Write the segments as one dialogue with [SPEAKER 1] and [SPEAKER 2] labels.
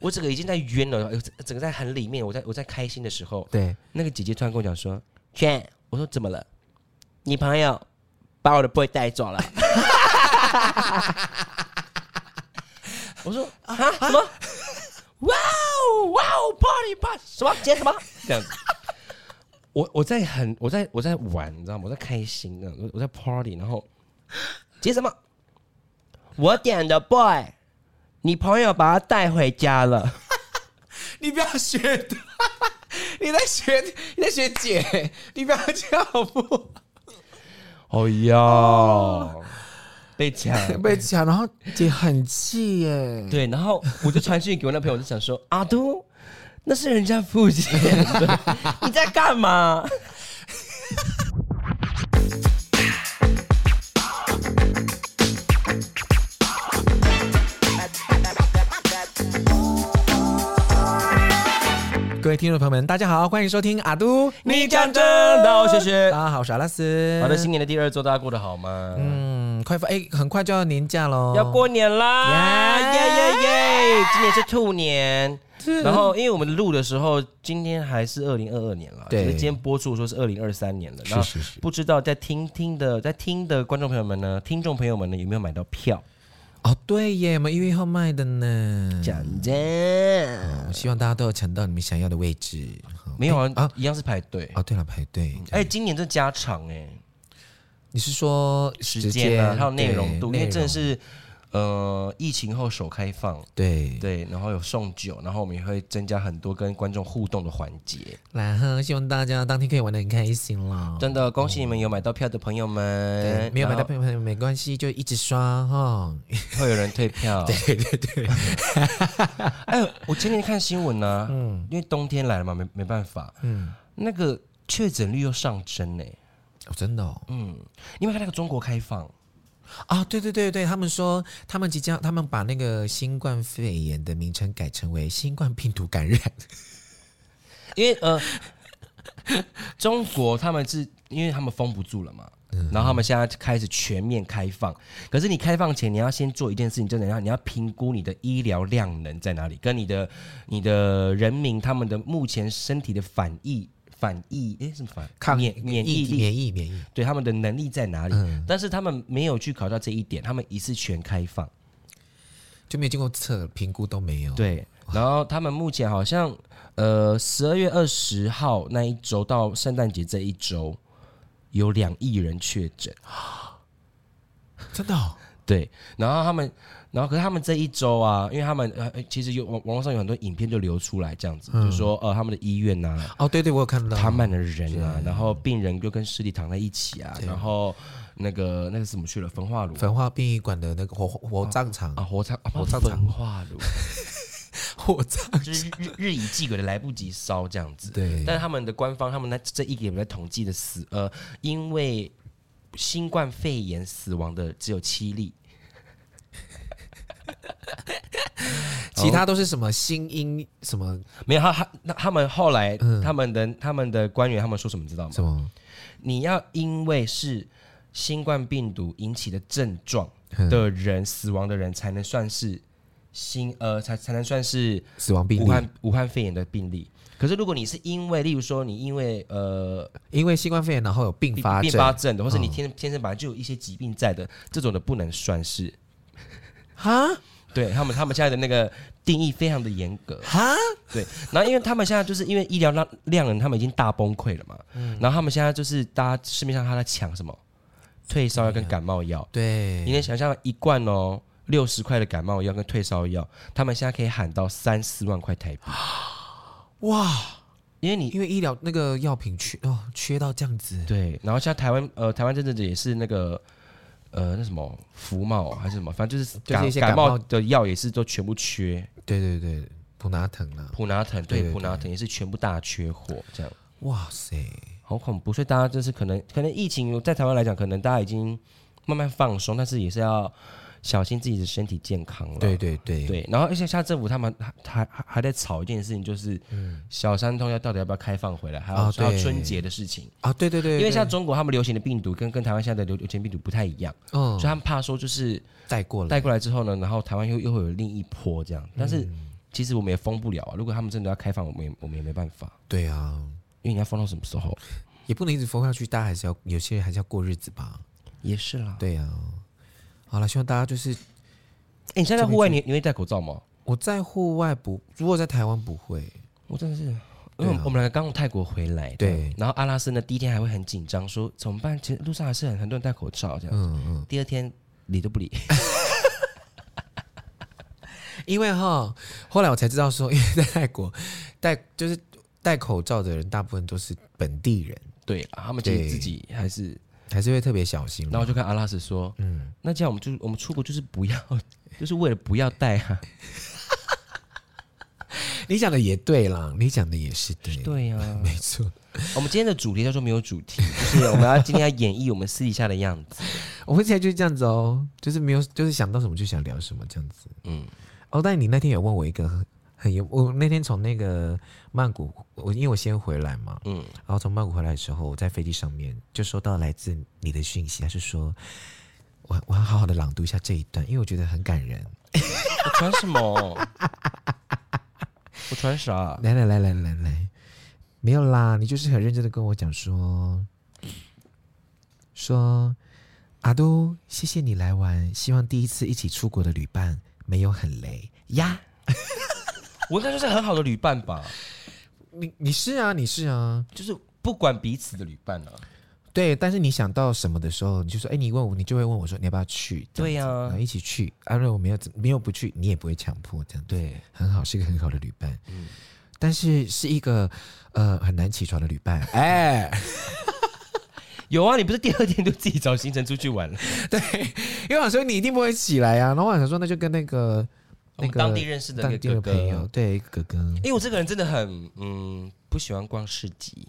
[SPEAKER 1] 我整个已经在冤了，呃整个在很里面，我在我在开心的时候，
[SPEAKER 2] 对，
[SPEAKER 1] 那个姐姐突然跟我讲说：“轩，我说怎么了？你朋友把我的 boy 带走了。”我说啊什么？哇哦哇哦，party party 什么？姐什么？这样子。 我我在很我在我在玩，你知道吗？我在开心呢，我我在 party，然后姐什么？我点的 boy，你朋友把他带回家了。
[SPEAKER 2] 你不要学他，你在学你在学姐，你不要这样好不？
[SPEAKER 1] 哦哟，哦被抢。
[SPEAKER 2] 呃被抢，然后姐很气耶。
[SPEAKER 1] 对，然后我就传讯给我那朋友，我就想说阿都，那是人家付钱的，你在干 嘛？
[SPEAKER 2] 各位听众朋友们，大家好，欢迎收听阿都。
[SPEAKER 1] 你讲真的，谢
[SPEAKER 2] 大
[SPEAKER 1] 谢。
[SPEAKER 2] 家好，我是阿拉斯。
[SPEAKER 1] 好的，新年的第二周大家过得好吗？
[SPEAKER 2] 嗯，快发哎，很快就要年假喽，
[SPEAKER 1] 要过年啦！
[SPEAKER 2] 耶
[SPEAKER 1] 耶耶耶！今年是兔年，
[SPEAKER 2] 是
[SPEAKER 1] 然后因为我们录的时候，今天还是二零二二年了，
[SPEAKER 2] 对
[SPEAKER 1] 其实今天播出的时候是二零二三年了。
[SPEAKER 2] 是
[SPEAKER 1] 然后
[SPEAKER 2] 是是
[SPEAKER 1] 不知道在听听的在听的观众朋友们呢，听众朋友们呢有没有买到票？
[SPEAKER 2] 哦，对耶，我们一月一号卖的呢。
[SPEAKER 1] 讲真，
[SPEAKER 2] 我希望大家都有抢到你们想要的位置。
[SPEAKER 1] 嗯没有啊
[SPEAKER 2] 啊，
[SPEAKER 1] 一样是排队。
[SPEAKER 2] 哦，对了，排队。
[SPEAKER 1] 哎、今年这加长哎、
[SPEAKER 2] 你是说
[SPEAKER 1] 时间啊，还有内容度，因
[SPEAKER 2] 对
[SPEAKER 1] 为真的
[SPEAKER 2] 内容
[SPEAKER 1] 是呃疫情后首开放，
[SPEAKER 2] 对。
[SPEAKER 1] 对，然后有送酒，然后我们也会增加很多跟观众互动的环节。
[SPEAKER 2] 然后希望大家当天可以玩的很开心啦。
[SPEAKER 1] 真的，恭喜你们有买到票的朋友
[SPEAKER 2] 哦对
[SPEAKER 1] 们，
[SPEAKER 2] 没有买到
[SPEAKER 1] 然后
[SPEAKER 2] 朋友们没关系，就一直刷哈。哦
[SPEAKER 1] 会有人退票。
[SPEAKER 2] 对对对，
[SPEAKER 1] 哎，我前天看新闻呢、嗯，因为冬天来了嘛，没没办法，嗯，那个确诊率又上升呢、
[SPEAKER 2] 哦真的哦
[SPEAKER 1] 嗯，因为看那个中国开放，
[SPEAKER 2] 啊，对对对对，他们说他们即将，他们把那个新冠肺炎的名称改成为新冠病毒感染。
[SPEAKER 1] 因为呃， 中国他们是因为他们封不住了嘛，然后他们现在开始全面开放。可是你开放前，你要先做一件事情，就是你要你要评估你的医疗量能在哪里，跟你的你的人民他们的目前身体的反疫反疫诶什么反免免疫力。嗯
[SPEAKER 2] 免疫免疫，
[SPEAKER 1] 对他们的能力在哪里？但是他们没有去考到这一点，他们一次全开放。
[SPEAKER 2] 就没有经过测评估都没有。，
[SPEAKER 1] 对，然后他们目前好像呃十二月二十号那一周到圣诞节这一周，有两亿人确诊。
[SPEAKER 2] 真的哦
[SPEAKER 1] 对，然后他们，然后可是他们这一周啊，因为他们呃呃其实有网网络上有很多影片就流出来这样子，
[SPEAKER 2] 嗯
[SPEAKER 1] 就说呃他们的医院呐、啊。
[SPEAKER 2] 哦，对对，我有看到
[SPEAKER 1] 躺满了人啊，然后病人就跟尸体躺在一起啊，然后那个那个是怎么去了焚化炉
[SPEAKER 2] 焚化殡仪馆的那个火火葬场
[SPEAKER 1] 啊，，火葬啊
[SPEAKER 2] 火葬场
[SPEAKER 1] 焚化炉，
[SPEAKER 2] 火葬
[SPEAKER 1] 就是日日日以继夜的来不及烧这样子。
[SPEAKER 2] 对
[SPEAKER 1] 但是他们的官方，他们在这一点有在统计的死，呃，因为新冠肺炎死亡的只有七例，
[SPEAKER 2] 其他都是什么新英什么
[SPEAKER 1] 没有他他那他们后来、他们的他们的官员他们说什么知道吗？
[SPEAKER 2] 嗯什么
[SPEAKER 1] 你要因为是新冠病毒引起的症状
[SPEAKER 2] 嗯
[SPEAKER 1] 的人、死亡的人才能算是新呃才才能算是
[SPEAKER 2] 死亡病
[SPEAKER 1] 武
[SPEAKER 2] 例，
[SPEAKER 1] 汉武汉肺炎的病例。可是如果你是因为，例如说你因为呃
[SPEAKER 2] 因为新冠肺炎然后有并
[SPEAKER 1] 并
[SPEAKER 2] 发
[SPEAKER 1] 并
[SPEAKER 2] 症嗯
[SPEAKER 1] 发症的，或是你天天生本来就有一些疾病在的，这种的不能算是。
[SPEAKER 2] 哈
[SPEAKER 1] 对他们，他们现在的那个定义非常的严格。
[SPEAKER 2] 哈，
[SPEAKER 1] 对，然后因为他们现在就是因为医疗量量能，他们已经大崩溃了嘛。
[SPEAKER 2] 嗯
[SPEAKER 1] 然后他们现在就是大家市面上他在抢什么退烧药跟感冒药，
[SPEAKER 2] 对
[SPEAKER 1] 你能想象一罐哦六十块的感冒药跟退烧药，他们现在可以喊到三四万块台币，
[SPEAKER 2] 哇，
[SPEAKER 1] 因为你。
[SPEAKER 2] 因为医疗那个药品缺哦缺到这样子，
[SPEAKER 1] 对，然后像台湾，呃，台湾这阵子也是那个，呃，那什么福茂还是什么，反正就是
[SPEAKER 2] 就是一些
[SPEAKER 1] 感
[SPEAKER 2] 感冒
[SPEAKER 1] 冒的药也是都全部缺，
[SPEAKER 2] 对对对，普拿疼啊啦，
[SPEAKER 1] 普拿疼
[SPEAKER 2] 对
[SPEAKER 1] 对
[SPEAKER 2] 对
[SPEAKER 1] 普拿疼也是全部大缺货，这样
[SPEAKER 2] 哇塞，
[SPEAKER 1] 好恐怖。所以大家就是可能可能疫情在台湾来讲，可能大家已经慢慢放松，但是也是要小心自己的身体健康了。
[SPEAKER 2] 对对对
[SPEAKER 1] 对，然后而且像政府他们还还还还在吵一件事情，就是小三通要到底要不要开放回来，还有
[SPEAKER 2] 啊
[SPEAKER 1] 还有
[SPEAKER 2] 对
[SPEAKER 1] 春节的事情。
[SPEAKER 2] 啊对对对，
[SPEAKER 1] 因为
[SPEAKER 2] 对
[SPEAKER 1] 像中国他们流行的病毒跟跟台湾现在的流流行病毒不太一样，
[SPEAKER 2] 嗯
[SPEAKER 1] 所以他们怕说就是
[SPEAKER 2] 带过了
[SPEAKER 1] 嗯带过来之后呢，然后台湾又又会有另一波这样。但是其实我们也封不了啊。如果他们真的要开放，我们也我们也没办法，
[SPEAKER 2] 对啊，
[SPEAKER 1] 因为你要封到什么时候？
[SPEAKER 2] 也不能一直封下去，大家还是要有些人还是要过日子吧。
[SPEAKER 1] 也是啦。
[SPEAKER 2] 对啊，好了，希望大家就是
[SPEAKER 1] 哎、你现在在户外你你会戴口罩吗？
[SPEAKER 2] 我在户外不，如果在台湾不会，
[SPEAKER 1] 我真的是，因
[SPEAKER 2] 对
[SPEAKER 1] 为我
[SPEAKER 2] 啊
[SPEAKER 1] 们我们两个刚从泰国回来，
[SPEAKER 2] 对
[SPEAKER 1] 然后阿拉斯呢第一天还会很紧张，说怎么办？其实路上还是很很多人戴口罩这样。
[SPEAKER 2] 嗯嗯，
[SPEAKER 1] 第二天理都不理，
[SPEAKER 2] 因为哈，后来我才知道说，因为在泰国戴就是戴口罩的人，大部分都是本地人，
[SPEAKER 1] 对啊，他们其
[SPEAKER 2] 对
[SPEAKER 1] 实自己还是。
[SPEAKER 2] 还是会特别小心啦。
[SPEAKER 1] 然后我就跟阿拉斯说，嗯，那这样我们就我们出国就是不要， 就是为了不要戴啊。
[SPEAKER 2] 你讲的也对啦，你讲的也是对，
[SPEAKER 1] 对呀、啊，
[SPEAKER 2] 没错。
[SPEAKER 1] 我们今天的主题叫做没有主题，就是我们要今天要演绎我们私底下的样子。
[SPEAKER 2] 我们现在就是这样子哦，就是没有，就是想到什么就想聊什么这样子。
[SPEAKER 1] 嗯，
[SPEAKER 2] 哦，但你那天有问我一个很很有，我那天从那个曼谷，我因为我先回来嘛，
[SPEAKER 1] 嗯，
[SPEAKER 2] 然后从曼谷回来的时候，我在飞机上面就收到来自你的讯息，他是说我我要好好的朗读一下这一段，因为我觉得很感人。
[SPEAKER 1] 我穿什么？我穿啥？
[SPEAKER 2] 来来来来来来，没有啦，你就是很认真的跟我讲说，说阿都，谢谢你来玩，希望第一次一起出国的旅伴没有很累呀。
[SPEAKER 1] 我应该就是很好的旅伴吧，
[SPEAKER 2] 你你是啊，你是啊，
[SPEAKER 1] 就是不管彼此的旅伴啊。
[SPEAKER 2] 对。但是你想到什么的时候，你就说，哎、你问我，你就会问我说，你要不要去？这样
[SPEAKER 1] 对呀、
[SPEAKER 2] 然后一起去。啊，如果没有没有不去，你也不会强迫这样。
[SPEAKER 1] 对，
[SPEAKER 2] 很好，是一个很好的旅伴。但是是一个呃很难起床的旅伴。哎、
[SPEAKER 1] 有啊，你不是第二天就自己找行程出去玩了？
[SPEAKER 2] 因为我想说你一定不会起来啊，然后我想说那就跟那个
[SPEAKER 1] 我
[SPEAKER 2] 那
[SPEAKER 1] 们
[SPEAKER 2] 个
[SPEAKER 1] 当地认识的
[SPEAKER 2] 当
[SPEAKER 1] 那
[SPEAKER 2] 地
[SPEAKER 1] 个哥
[SPEAKER 2] 的
[SPEAKER 1] 哥
[SPEAKER 2] 朋友，对哥哥，
[SPEAKER 1] 因为我这个人真的很嗯不喜欢逛市集，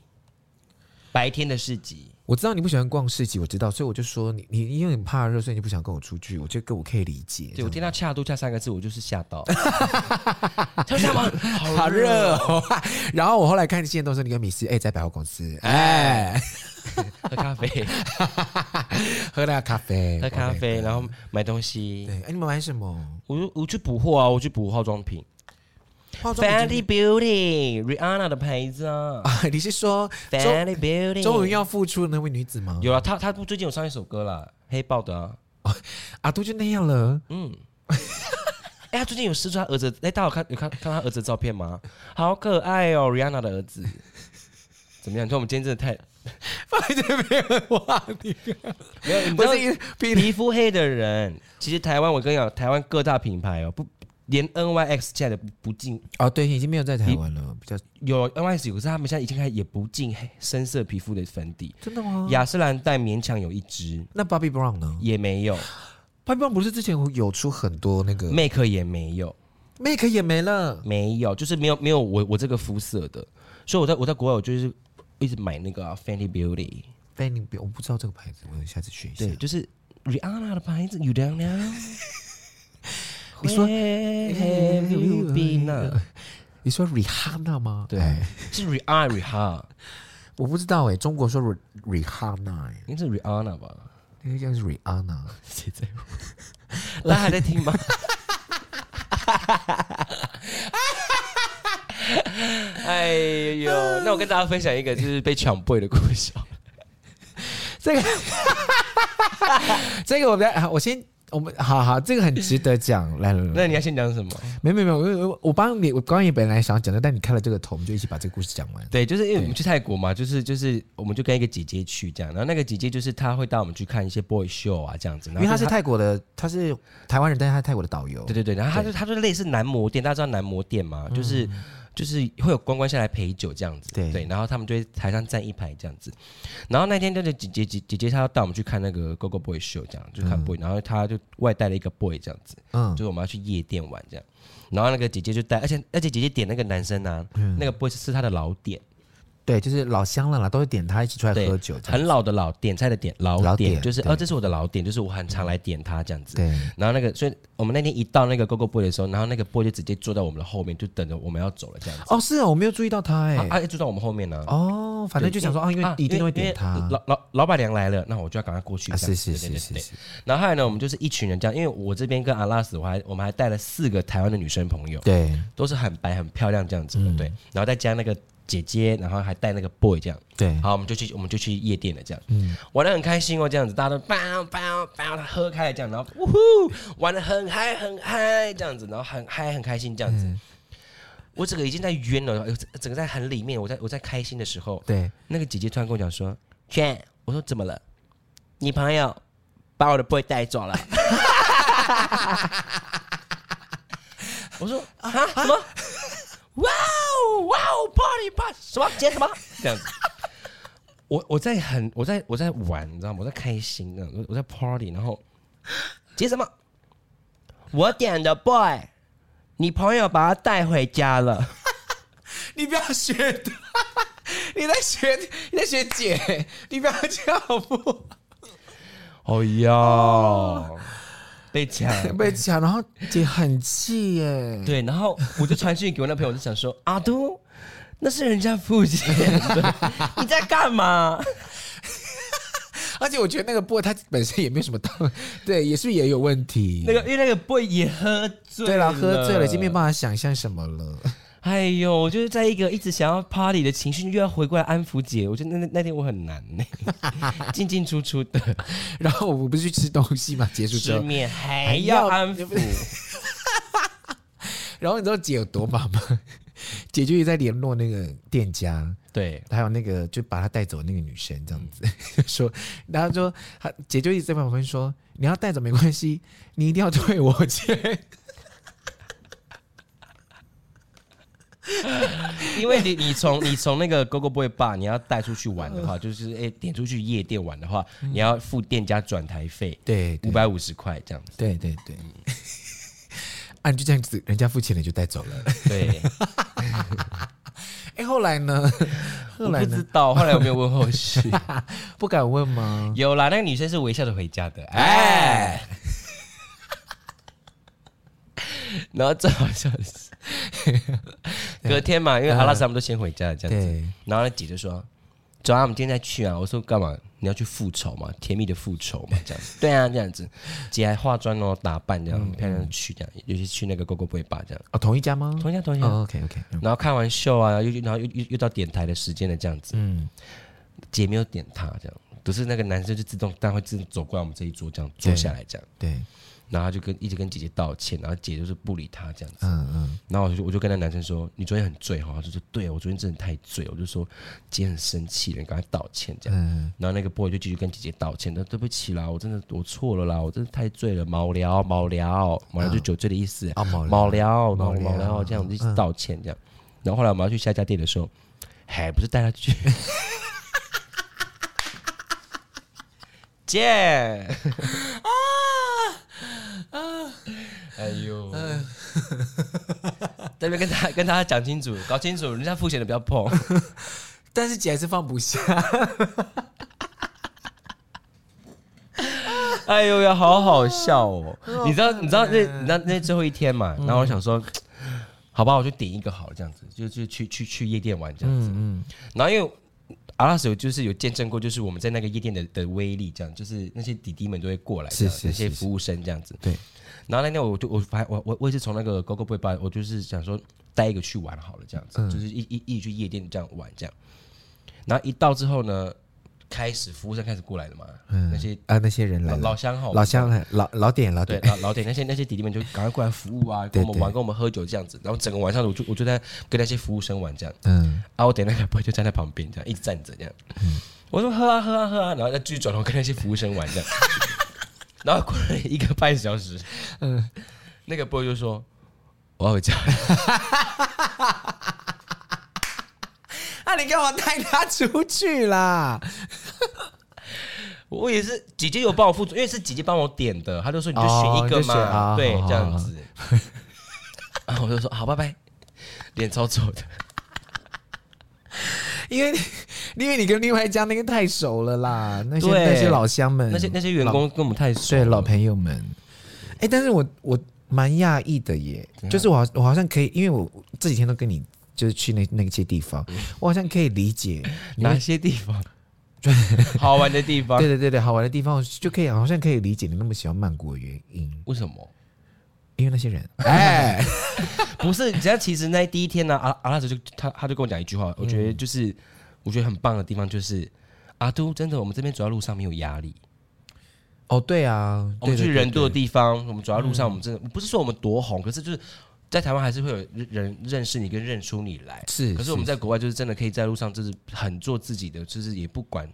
[SPEAKER 1] 白天的市集。
[SPEAKER 2] 我知道你不喜欢逛市集，我知道，所以我就说你你因为你怕热，所以你不想跟我出去，我觉得我可以理解。
[SPEAKER 1] 对我听到“恰都恰”三个字，我就是吓 到。他说吗？
[SPEAKER 2] 好
[SPEAKER 1] 好热
[SPEAKER 2] 热
[SPEAKER 1] 哦，
[SPEAKER 2] 哦！ 然后我后来看见都是你跟米斯哎在百货公司哎
[SPEAKER 1] 喝咖 啡，
[SPEAKER 2] 喝那咖啡，
[SPEAKER 1] 喝咖啡，然后买东西。
[SPEAKER 2] 对，哎你们买什么？
[SPEAKER 1] 我就我去补货啊，我去补化妆品
[SPEAKER 2] 化妆品
[SPEAKER 1] ，Fenty Beauty Rihanna 的牌子啊
[SPEAKER 2] 啊？你是说
[SPEAKER 1] ，Fenty Beauty。
[SPEAKER 2] 终于要复出的那位女子吗？
[SPEAKER 1] 有了，他他最近有上一首歌啦，黑豹的啊。
[SPEAKER 2] 阿都就那样了，
[SPEAKER 1] 嗯，哎、他最近有试出他儿子，哎、大家有看有看看他儿子的照片吗？ 好可爱哦，Rihanna 的儿子。 怎么样？你看我们今天真的 太
[SPEAKER 2] 放在没有话题，
[SPEAKER 1] 没有，你
[SPEAKER 2] 不
[SPEAKER 1] 知道
[SPEAKER 2] 是因为比
[SPEAKER 1] 皮肤黑的人，其实台湾我跟你讲，台湾各大品牌哦，不连 NYX 现在的不不进
[SPEAKER 2] 哦，对，已经没有在台湾了，比较
[SPEAKER 1] 有 NYX 有，可是他们现在已经开始也不进黑深色皮肤的粉底。
[SPEAKER 2] 真的吗？
[SPEAKER 1] 雅诗兰黛勉强有一支，
[SPEAKER 2] 那 Bobby Brown 呢
[SPEAKER 1] 也没有
[SPEAKER 2] ？Bobby Brown 不是之前有出很多那个
[SPEAKER 1] ，Make 也没有。
[SPEAKER 2] Make 也没了，
[SPEAKER 1] 没有，就是没有没有我我这个肤色的，所以我在我在国外我就是一直买那个、啊、Fenty Beauty，
[SPEAKER 2] 但你别我不知道这个牌子，我下次学一下。
[SPEAKER 1] 对，。就是啊 Rihanna 的牌子，You don't know
[SPEAKER 2] 你说
[SPEAKER 1] Where have you been？啊
[SPEAKER 2] 你说 Rihanna 吗？
[SPEAKER 1] 对
[SPEAKER 2] 哎，
[SPEAKER 1] 是 Rihanna Rihanna，
[SPEAKER 2] 我不知道哎，中国说 Ri- Rihanna，哎
[SPEAKER 1] 应该是 Rihanna 吧？
[SPEAKER 2] 应该叫是 Rihanna。
[SPEAKER 1] 谁在乎？大家还在听吗？ 哎呦，那我跟大家分享一个就是被抢背的故事。
[SPEAKER 2] 这个， 这个我们啊我先，我们好好，这个很值得讲。来来 来，
[SPEAKER 1] 那你要先讲什么？
[SPEAKER 2] 没没没有，我我我帮你，我刚刚也本来想讲的，但你开了这个头，我们就一起把这个故事讲完。
[SPEAKER 1] 对，就是因为我们去泰国嘛，就是就是我们就跟一个姐姐去这样，然后那个姐姐就是她会带我们去看一些 boy show 啊这样子，然
[SPEAKER 2] 因
[SPEAKER 1] 后
[SPEAKER 2] 为他
[SPEAKER 1] 就是
[SPEAKER 2] 泰国的，他是台湾人，但是他是泰国的导游
[SPEAKER 1] 对。对对，然后她就她就类似男模店，大家知道男模店嘛，就是、就是会有关关下来陪酒这样子，
[SPEAKER 2] 嗯对
[SPEAKER 1] 然后他们就会台上站一排这样子，然后那天就是姐姐姐姐姐她要带我们去看那个 Go Go Boy show 这样，就看 boy，、然后她就外带了一个 boy 这样子，
[SPEAKER 2] 嗯
[SPEAKER 1] 就是我们要去夜店玩这样，然后那个姐姐就带，而且而且姐姐点那个男生啊，
[SPEAKER 2] 嗯
[SPEAKER 1] 那个 boy 是她的老点。
[SPEAKER 2] 对，就是老乡了啦，都会点他一起出来
[SPEAKER 1] 对
[SPEAKER 2] 喝酒这样。
[SPEAKER 1] 很老的老点菜的点老点，
[SPEAKER 2] 老点
[SPEAKER 1] 就是
[SPEAKER 2] 对
[SPEAKER 1] 哦，这是我的老点，就是我很常来点它这样子。
[SPEAKER 2] 对，
[SPEAKER 1] 然后那个，所以我们那天一到那个 GoGo Boy 的时候，然后那个 boy 就直接坐在我们的后面，就等着我们要走了这样子。
[SPEAKER 2] 哦哦，是啊，我没有注意到他哎、
[SPEAKER 1] 他他就坐在我们后面呢、
[SPEAKER 2] 哦，哦，反正就想说啊，因为
[SPEAKER 1] 啊
[SPEAKER 2] 你一定都会
[SPEAKER 1] 因为
[SPEAKER 2] 点他
[SPEAKER 1] 因为。老老老板娘来了，那我就要赶快过去一
[SPEAKER 2] 啊，
[SPEAKER 1] 下。
[SPEAKER 2] 是是
[SPEAKER 1] 对对
[SPEAKER 2] 是
[SPEAKER 1] 对
[SPEAKER 2] 是
[SPEAKER 1] 对
[SPEAKER 2] 是，
[SPEAKER 1] 然后后来呢，我们就是一群人这样，因为我这边跟阿拉斯，我还我们还带了四个台湾的女生朋友，
[SPEAKER 2] 对
[SPEAKER 1] 都是很白很漂亮这样子的，对。
[SPEAKER 2] 嗯
[SPEAKER 1] 然后再加那个姐姐，然后还带那个 boy 这样。
[SPEAKER 2] 对，
[SPEAKER 1] 好，我们就去我们就去夜店了，这样，
[SPEAKER 2] 嗯
[SPEAKER 1] 玩的很开心哦，这样子，大家都叭叭叭的喝开了这样，然后呜呼，玩的很嗨很嗨这样子，然后很嗨很开心这样
[SPEAKER 2] 嗯
[SPEAKER 1] 子。我整个已经在晕了，哎呦，整整个在很里面，我在我在开心的时候，
[SPEAKER 2] 对，
[SPEAKER 1] 那个姐姐突然跟我讲说：“圈，我说怎么了？你朋友把我的 boy 带走了。” 我说啊什么？哇哦哇哦，party party 什么？接什么？这样子。我我在很我在我在玩，你知道吗？我在开心啊，我我在 party，然后接什么？我点的 boy，你朋友把他带回家 了。
[SPEAKER 2] 你不要学他，你在学你在学姐，你不要这样好不？哎
[SPEAKER 1] 哦哟，被抢。
[SPEAKER 2] 哦 被抢，然后姐很气耶，
[SPEAKER 1] 对，然后我就传讯给我那朋友，我就想说阿都，那是人家付钱的，你在干 嘛？
[SPEAKER 2] 而且我觉得那个波他本身也没有什么道理，对，也是也有问题。
[SPEAKER 1] 那个因为那个 boy 也喝醉，
[SPEAKER 2] 对
[SPEAKER 1] 了，
[SPEAKER 2] 了，喝醉了已经没。办法想象什么了。
[SPEAKER 1] 哎呦，我就是在一个一直想要 party 的情绪，又要回过来安抚姐，我觉得那那那天我很难 呢、进进出出的，
[SPEAKER 2] 然后我不是去吃东西嘛，结束之
[SPEAKER 1] 失
[SPEAKER 2] 后，
[SPEAKER 1] 眠还
[SPEAKER 2] 要
[SPEAKER 1] 要安抚，
[SPEAKER 2] 然后你知道姐有多忙吗？ 姐就一直在联络那个店家，
[SPEAKER 1] 对，
[SPEAKER 2] 还有那个就把她带走的那个女生，这样子、 说，然后她说她姐就一直在旁边说，你要带走没关系，你一定要退我钱。
[SPEAKER 1] 因为你你从你从那个 Go Go Boy Bar 你要带出去玩 的话，就是哎、点出去夜店玩的话，你要付店家转台费，
[SPEAKER 2] 对
[SPEAKER 1] 五
[SPEAKER 2] 对
[SPEAKER 1] 百五十块这样子。
[SPEAKER 2] 对对对， 啊，你就这样子，人家付钱了你就带走 了。
[SPEAKER 1] 对，
[SPEAKER 2] 哎，后来呢？ 后
[SPEAKER 1] 我
[SPEAKER 2] 来
[SPEAKER 1] 不
[SPEAKER 2] 呢
[SPEAKER 1] 知？道，后来我没有问后 续。
[SPEAKER 2] 不敢问吗？
[SPEAKER 1] 有啦，那个女生是微笑着回家的，哎
[SPEAKER 2] 哎。
[SPEAKER 1] 然后最好笑的是， 隔天嘛，因为阿拉斯他们都先回家了，这样子。
[SPEAKER 2] 对，
[SPEAKER 1] 然后那姐就说：“走啊，我们今天再去啊。”我说：“干嘛？你要去复仇嘛？甜蜜的复仇嘛？这样子。” 对啊，这样子。姐还化妆哦，打扮这样，很漂亮的去这样，尤其去那个 GoGo Boy 吧这样。
[SPEAKER 2] 哦，同一家吗？
[SPEAKER 1] 同一家，同一家。
[SPEAKER 2] 哦，OK OK，
[SPEAKER 1] 然后看完秀啊，又又然后又又又到点台的时间了，这样子。
[SPEAKER 2] 嗯，
[SPEAKER 1] 姐没有点他，这样，不是那个男生就自动，但会自动走过来我们这一桌，这样坐下来，这样，
[SPEAKER 2] 对，
[SPEAKER 1] 然后他就跟一直跟姐姐道歉，然后姐就是不理他这样子，
[SPEAKER 2] 嗯嗯，
[SPEAKER 1] 然后我就我就跟那男生说，你昨天很醉哈，他就说对我昨天真的太醉了，我就说姐很生气了，你赶快道歉这样，
[SPEAKER 2] 嗯
[SPEAKER 1] 然后那个 boy 就继续跟姐姐道歉，他对不起啦，我真的我错了啦，我真的太醉了，毛聊毛聊毛聊就酒醉的意思，
[SPEAKER 2] 啊，毛
[SPEAKER 1] 毛聊毛
[SPEAKER 2] 毛聊
[SPEAKER 1] 聊
[SPEAKER 2] 嗯
[SPEAKER 1] 然后这样我就一直道歉这样，然后后来我们要去下一家店的时候，还不是带他去。姐啊 啊！哎呦， 这边跟他跟他讲清楚，搞清楚，人家付钱的不要碰。
[SPEAKER 2] 但是姐还是放不下。
[SPEAKER 1] 哎呦呀，好好笑哦！你知道，你知道那
[SPEAKER 2] 嗯
[SPEAKER 1] 你知道那最后一天嘛？然后我想说，好吧，我就点一个好了，这样子，就就去去去夜店玩这样子。
[SPEAKER 2] 嗯
[SPEAKER 1] 然后因为阿拉斯有就是有见证过，就是我们在那个夜店的的威力，这样就是那些弟弟们都会过来，这
[SPEAKER 2] 是
[SPEAKER 1] 样
[SPEAKER 2] 是
[SPEAKER 1] 那些
[SPEAKER 2] 是是
[SPEAKER 1] 服务生这样子。
[SPEAKER 2] 对。
[SPEAKER 1] 然后那天我就我反我我我也是从那个 GoGo Boy Bar，我就是想说带一个去玩好了，这样
[SPEAKER 2] 嗯
[SPEAKER 1] 子，就是一一一起去夜店这样玩这样。然后一到之后呢，开始服务生开始过来了嘛，
[SPEAKER 2] 嗯，
[SPEAKER 1] 那些
[SPEAKER 2] 啊那些人来
[SPEAKER 1] 老
[SPEAKER 2] 了，
[SPEAKER 1] 老相好嘛
[SPEAKER 2] 老乡来，老老点老
[SPEAKER 1] 对
[SPEAKER 2] 点，
[SPEAKER 1] 老老点那些那些弟弟们就赶快过来服务啊，跟我们玩，跟我们喝酒这样子。然后整个晚上我就我就在跟那些服务生玩这样。
[SPEAKER 2] 嗯，
[SPEAKER 1] 啊，我点那个 boy 就站在旁边这样一直站着这样。我说喝啊喝啊喝啊，然后再继续转头跟那些服务生玩这 样。然后过了一个半小时，嗯，那个 boy 就说我要回家了。
[SPEAKER 2] 啊你干嘛带他出去啦？
[SPEAKER 1] 我也是，姐姐有帮我付出，因为是姐姐帮我点的，她就说你就
[SPEAKER 2] 哦
[SPEAKER 1] 选一个
[SPEAKER 2] 你就选
[SPEAKER 1] 嘛，
[SPEAKER 2] 啊
[SPEAKER 1] 对
[SPEAKER 2] 好，好
[SPEAKER 1] 这样 子。然后我就说好，拜拜，脸超丑的。
[SPEAKER 2] 因为因为你跟另外一家那个太熟 了啦，那些
[SPEAKER 1] 对
[SPEAKER 2] 那些老乡们，
[SPEAKER 1] 那些那些员工跟我们太熟
[SPEAKER 2] 对
[SPEAKER 1] 了，
[SPEAKER 2] 老朋友们，哎，但是我我蛮讶异的耶，就是我好我好像可以，因为我这几天都跟你就是去那那些地方，
[SPEAKER 1] 嗯
[SPEAKER 2] 我好像可以理解。
[SPEAKER 1] 哪些地 方？好玩的地方
[SPEAKER 2] 对？对对对，好玩的地方我就可以，好像可以理解你那么喜欢曼谷的原因，
[SPEAKER 1] 为什么？
[SPEAKER 2] 因为那些人，哎，
[SPEAKER 1] 不是，只要其实那第一天呢、阿阿拉斯就他他就跟我讲一句话，我觉
[SPEAKER 2] 嗯
[SPEAKER 1] 得就是、我觉得很棒的地方就是阿都真的，我们这边走在路上没有压力，
[SPEAKER 2] 哦，对啊，
[SPEAKER 1] 我们
[SPEAKER 2] 对
[SPEAKER 1] 去
[SPEAKER 2] 对
[SPEAKER 1] 人
[SPEAKER 2] 对嗯
[SPEAKER 1] 多的地方，我们走在路上，我们真的不是说我们多红，可是就是在台湾还是会有人人认识你跟认出你来，
[SPEAKER 2] 是，
[SPEAKER 1] 可是我们
[SPEAKER 2] 在
[SPEAKER 1] 在国外就是真的可以在路上就是很做自己的，就是也不管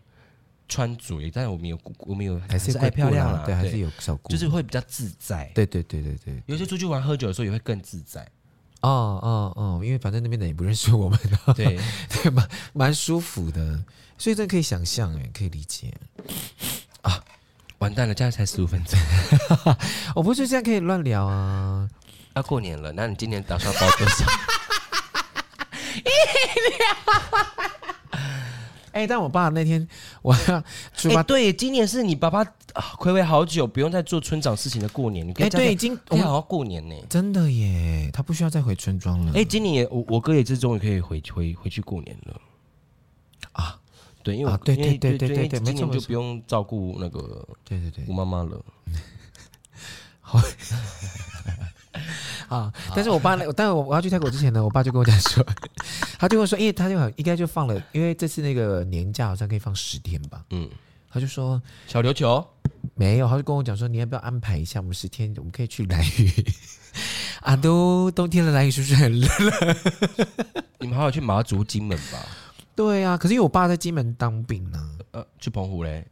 [SPEAKER 1] 穿着也，但是我们有顾我们有
[SPEAKER 2] 还是
[SPEAKER 1] 是
[SPEAKER 2] 会
[SPEAKER 1] 爱漂
[SPEAKER 2] 顾
[SPEAKER 1] 亮
[SPEAKER 2] 啦
[SPEAKER 1] 啦，
[SPEAKER 2] 对，还是有小顾，
[SPEAKER 1] 就是会比较自在。
[SPEAKER 2] 对对对对对，
[SPEAKER 1] 有些出去玩喝酒的时候也会更自 在，
[SPEAKER 2] 哦哦哦，因为反正那边的也不认识我们，啊
[SPEAKER 1] 对，
[SPEAKER 2] 对，蛮蛮舒服的，所以真的可以想象，哎，可以理解。
[SPEAKER 1] 完蛋了，这样才十五分钟。
[SPEAKER 2] 我哦不是这样可以乱聊啊，
[SPEAKER 1] 要过年了，那你今年打算包多少？
[SPEAKER 2] 哎，但我爸那天我要 出
[SPEAKER 1] 哎、
[SPEAKER 2] 发，
[SPEAKER 1] 对，今年是你爸爸啊，暌违好久，不用再做村长事情的过年。你可
[SPEAKER 2] 哎，
[SPEAKER 1] 以
[SPEAKER 2] 对，已，经我
[SPEAKER 1] 我们
[SPEAKER 2] 们
[SPEAKER 1] 好好过年呢、
[SPEAKER 2] 真的耶，他不需要再回村庄了
[SPEAKER 1] 哎、，今年也我我哥也是终于可以回回回去过年了
[SPEAKER 2] 啊。
[SPEAKER 1] 对，因为我、
[SPEAKER 2] 啊对
[SPEAKER 1] 因为
[SPEAKER 2] 对对对
[SPEAKER 1] 因为
[SPEAKER 2] 对对
[SPEAKER 1] 今
[SPEAKER 2] 没错
[SPEAKER 1] 年
[SPEAKER 2] 没
[SPEAKER 1] 就
[SPEAKER 2] 错
[SPEAKER 1] 不用照顾那个
[SPEAKER 2] 对对对
[SPEAKER 1] 我妈妈了。
[SPEAKER 2] 啊！但是我爸那，但是我我要去泰国之前呢，我爸就跟我讲说， 他就跟我说，因为他就很应该就放了，因为这次那个年假好像可以放十天吧，
[SPEAKER 1] 嗯，
[SPEAKER 2] 他就说
[SPEAKER 1] 小琉球，
[SPEAKER 2] 没有，他就跟我讲说，你要不要安排一下，我们十天我们可以去蓝屿。 啊，都冬天了，蓝屿是不是很热？
[SPEAKER 1] 你们好好去马祖、金门吧。
[SPEAKER 2] 对啊，可是因为我爸在金门当兵呢、
[SPEAKER 1] 呃，去澎湖嘞，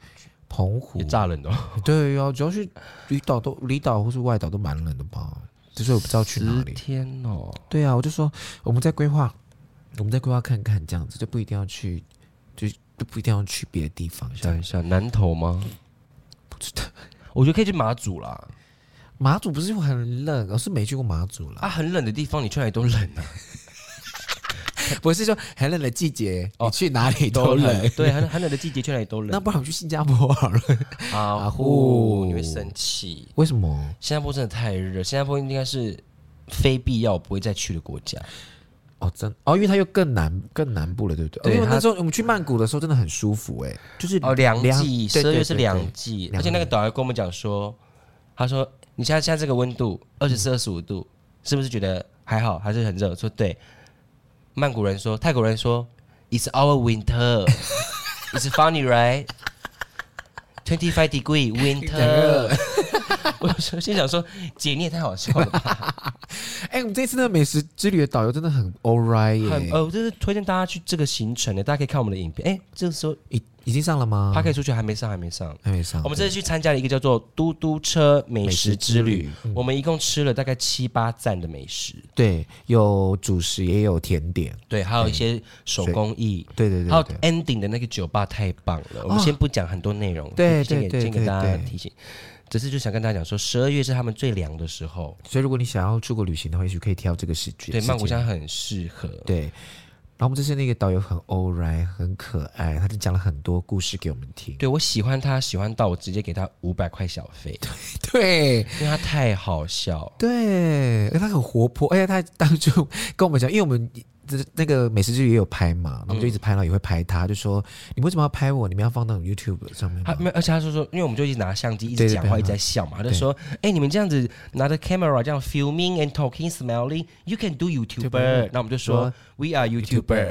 [SPEAKER 2] 澎湖
[SPEAKER 1] 也炸冷的哦，
[SPEAKER 2] 对啊，主要是离岛都离岛或是外岛都蛮冷的吧，只是我不知道去哪
[SPEAKER 1] 十
[SPEAKER 2] 里。
[SPEAKER 1] 天哦。
[SPEAKER 2] 对啊，我就说我们在规划，我们在规划看看这样子，就不一定要去，就就不一定要去别的地方。这
[SPEAKER 1] 想
[SPEAKER 2] 样
[SPEAKER 1] 一下，南投吗？
[SPEAKER 2] 不知道
[SPEAKER 1] 我觉得可以去马祖啦。
[SPEAKER 2] 马祖不是很冷，我是没去过马祖 啦。
[SPEAKER 1] 啊，很冷的地方，你去哪里都冷啊，
[SPEAKER 2] 不是说很冷的季节，
[SPEAKER 1] 哦
[SPEAKER 2] 你去哪里都冷
[SPEAKER 1] 很。 对，很很冷的季节去哪里都
[SPEAKER 2] 那
[SPEAKER 1] 冷。
[SPEAKER 2] 不然我们去新加坡好了？
[SPEAKER 1] 啊
[SPEAKER 2] 呼
[SPEAKER 1] 呼，你会生气。
[SPEAKER 2] 为什么？
[SPEAKER 1] 新加坡真的太热，新加坡应该是非必要不会再去的国家。
[SPEAKER 2] 哦，真哦，因为它又更南更南部了，对不对？哦
[SPEAKER 1] 对
[SPEAKER 2] 因为
[SPEAKER 1] 它
[SPEAKER 2] 那时候我们去曼谷的时候真的很舒服、哎，就是
[SPEAKER 1] 哦，两季，
[SPEAKER 2] 对
[SPEAKER 1] 十二
[SPEAKER 2] 对
[SPEAKER 1] 月是
[SPEAKER 2] 对对
[SPEAKER 1] 两季，
[SPEAKER 2] 两
[SPEAKER 1] 而且那个导游跟我们讲说，他说你现在现在这个温度二
[SPEAKER 2] 嗯
[SPEAKER 1] 十四、二十五度，是不是觉得还好，还是很热？我说对。曼谷人说，泰国人说，It's our winter, It's funny, right? Twenty five degree
[SPEAKER 2] 很
[SPEAKER 1] winter
[SPEAKER 2] 热。
[SPEAKER 1] 我说心想说，姐你也太好笑了 吧。
[SPEAKER 2] 哎、我们这次的美食之旅的导游真的很欸 all right 耶、
[SPEAKER 1] 很呃，我就是推荐大家去这个行程的，大家可以看我们的影片。哎、这个时候
[SPEAKER 2] 已已经上了吗？
[SPEAKER 1] 他可以出去还没上，还没上。
[SPEAKER 2] 还没上。
[SPEAKER 1] 我们这次去参加了一个叫做“嘟嘟车美食之旅”，嗯
[SPEAKER 2] 美食
[SPEAKER 1] 我们一共吃了大概七八站的美食，
[SPEAKER 2] 对有主食也有甜点，
[SPEAKER 1] 对，还有一些手工艺，
[SPEAKER 2] 对对对
[SPEAKER 1] 还有
[SPEAKER 2] 对
[SPEAKER 1] ending 的那个酒吧太棒了。我们先不讲很多内容，
[SPEAKER 2] 对
[SPEAKER 1] 先
[SPEAKER 2] 对
[SPEAKER 1] 给
[SPEAKER 2] 对
[SPEAKER 1] 先给
[SPEAKER 2] 对
[SPEAKER 1] 大家
[SPEAKER 2] 对
[SPEAKER 1] 提醒。只是就想跟大家讲说，十二月是他们最凉的时候，
[SPEAKER 2] 所以如果你想要出国旅行的话，也许可以挑这个时间。
[SPEAKER 1] 对，曼谷
[SPEAKER 2] 时间
[SPEAKER 1] 现在很适合。
[SPEAKER 2] 对。然后我们这次那个导游很 all right，很可爱，他就讲了很多故事给我们听。
[SPEAKER 1] 对我喜欢他，喜欢到我直接给他五百块小费，
[SPEAKER 2] 对
[SPEAKER 1] 因为他太好笑。
[SPEAKER 2] 对，哎他很活泼，而且他当初跟我们讲，因为我们这那个美食剧也有拍嘛，然后我们就一直拍，然后也会拍他，就说你们为什么要拍我？你们要放到 YouTube 上 面
[SPEAKER 1] 他
[SPEAKER 2] 吗？
[SPEAKER 1] 没有，而且他说说，因为我们就一直拿相机，一
[SPEAKER 2] 对
[SPEAKER 1] 直
[SPEAKER 2] 对
[SPEAKER 1] 讲
[SPEAKER 2] 对
[SPEAKER 1] 话，
[SPEAKER 2] 啊
[SPEAKER 1] 一直在笑嘛，他就说，哎、你们这样子拿着 camera 这样 filming and talking smiling, you can do YouTuber。那我们就说
[SPEAKER 2] 说
[SPEAKER 1] ，We are YouTuber。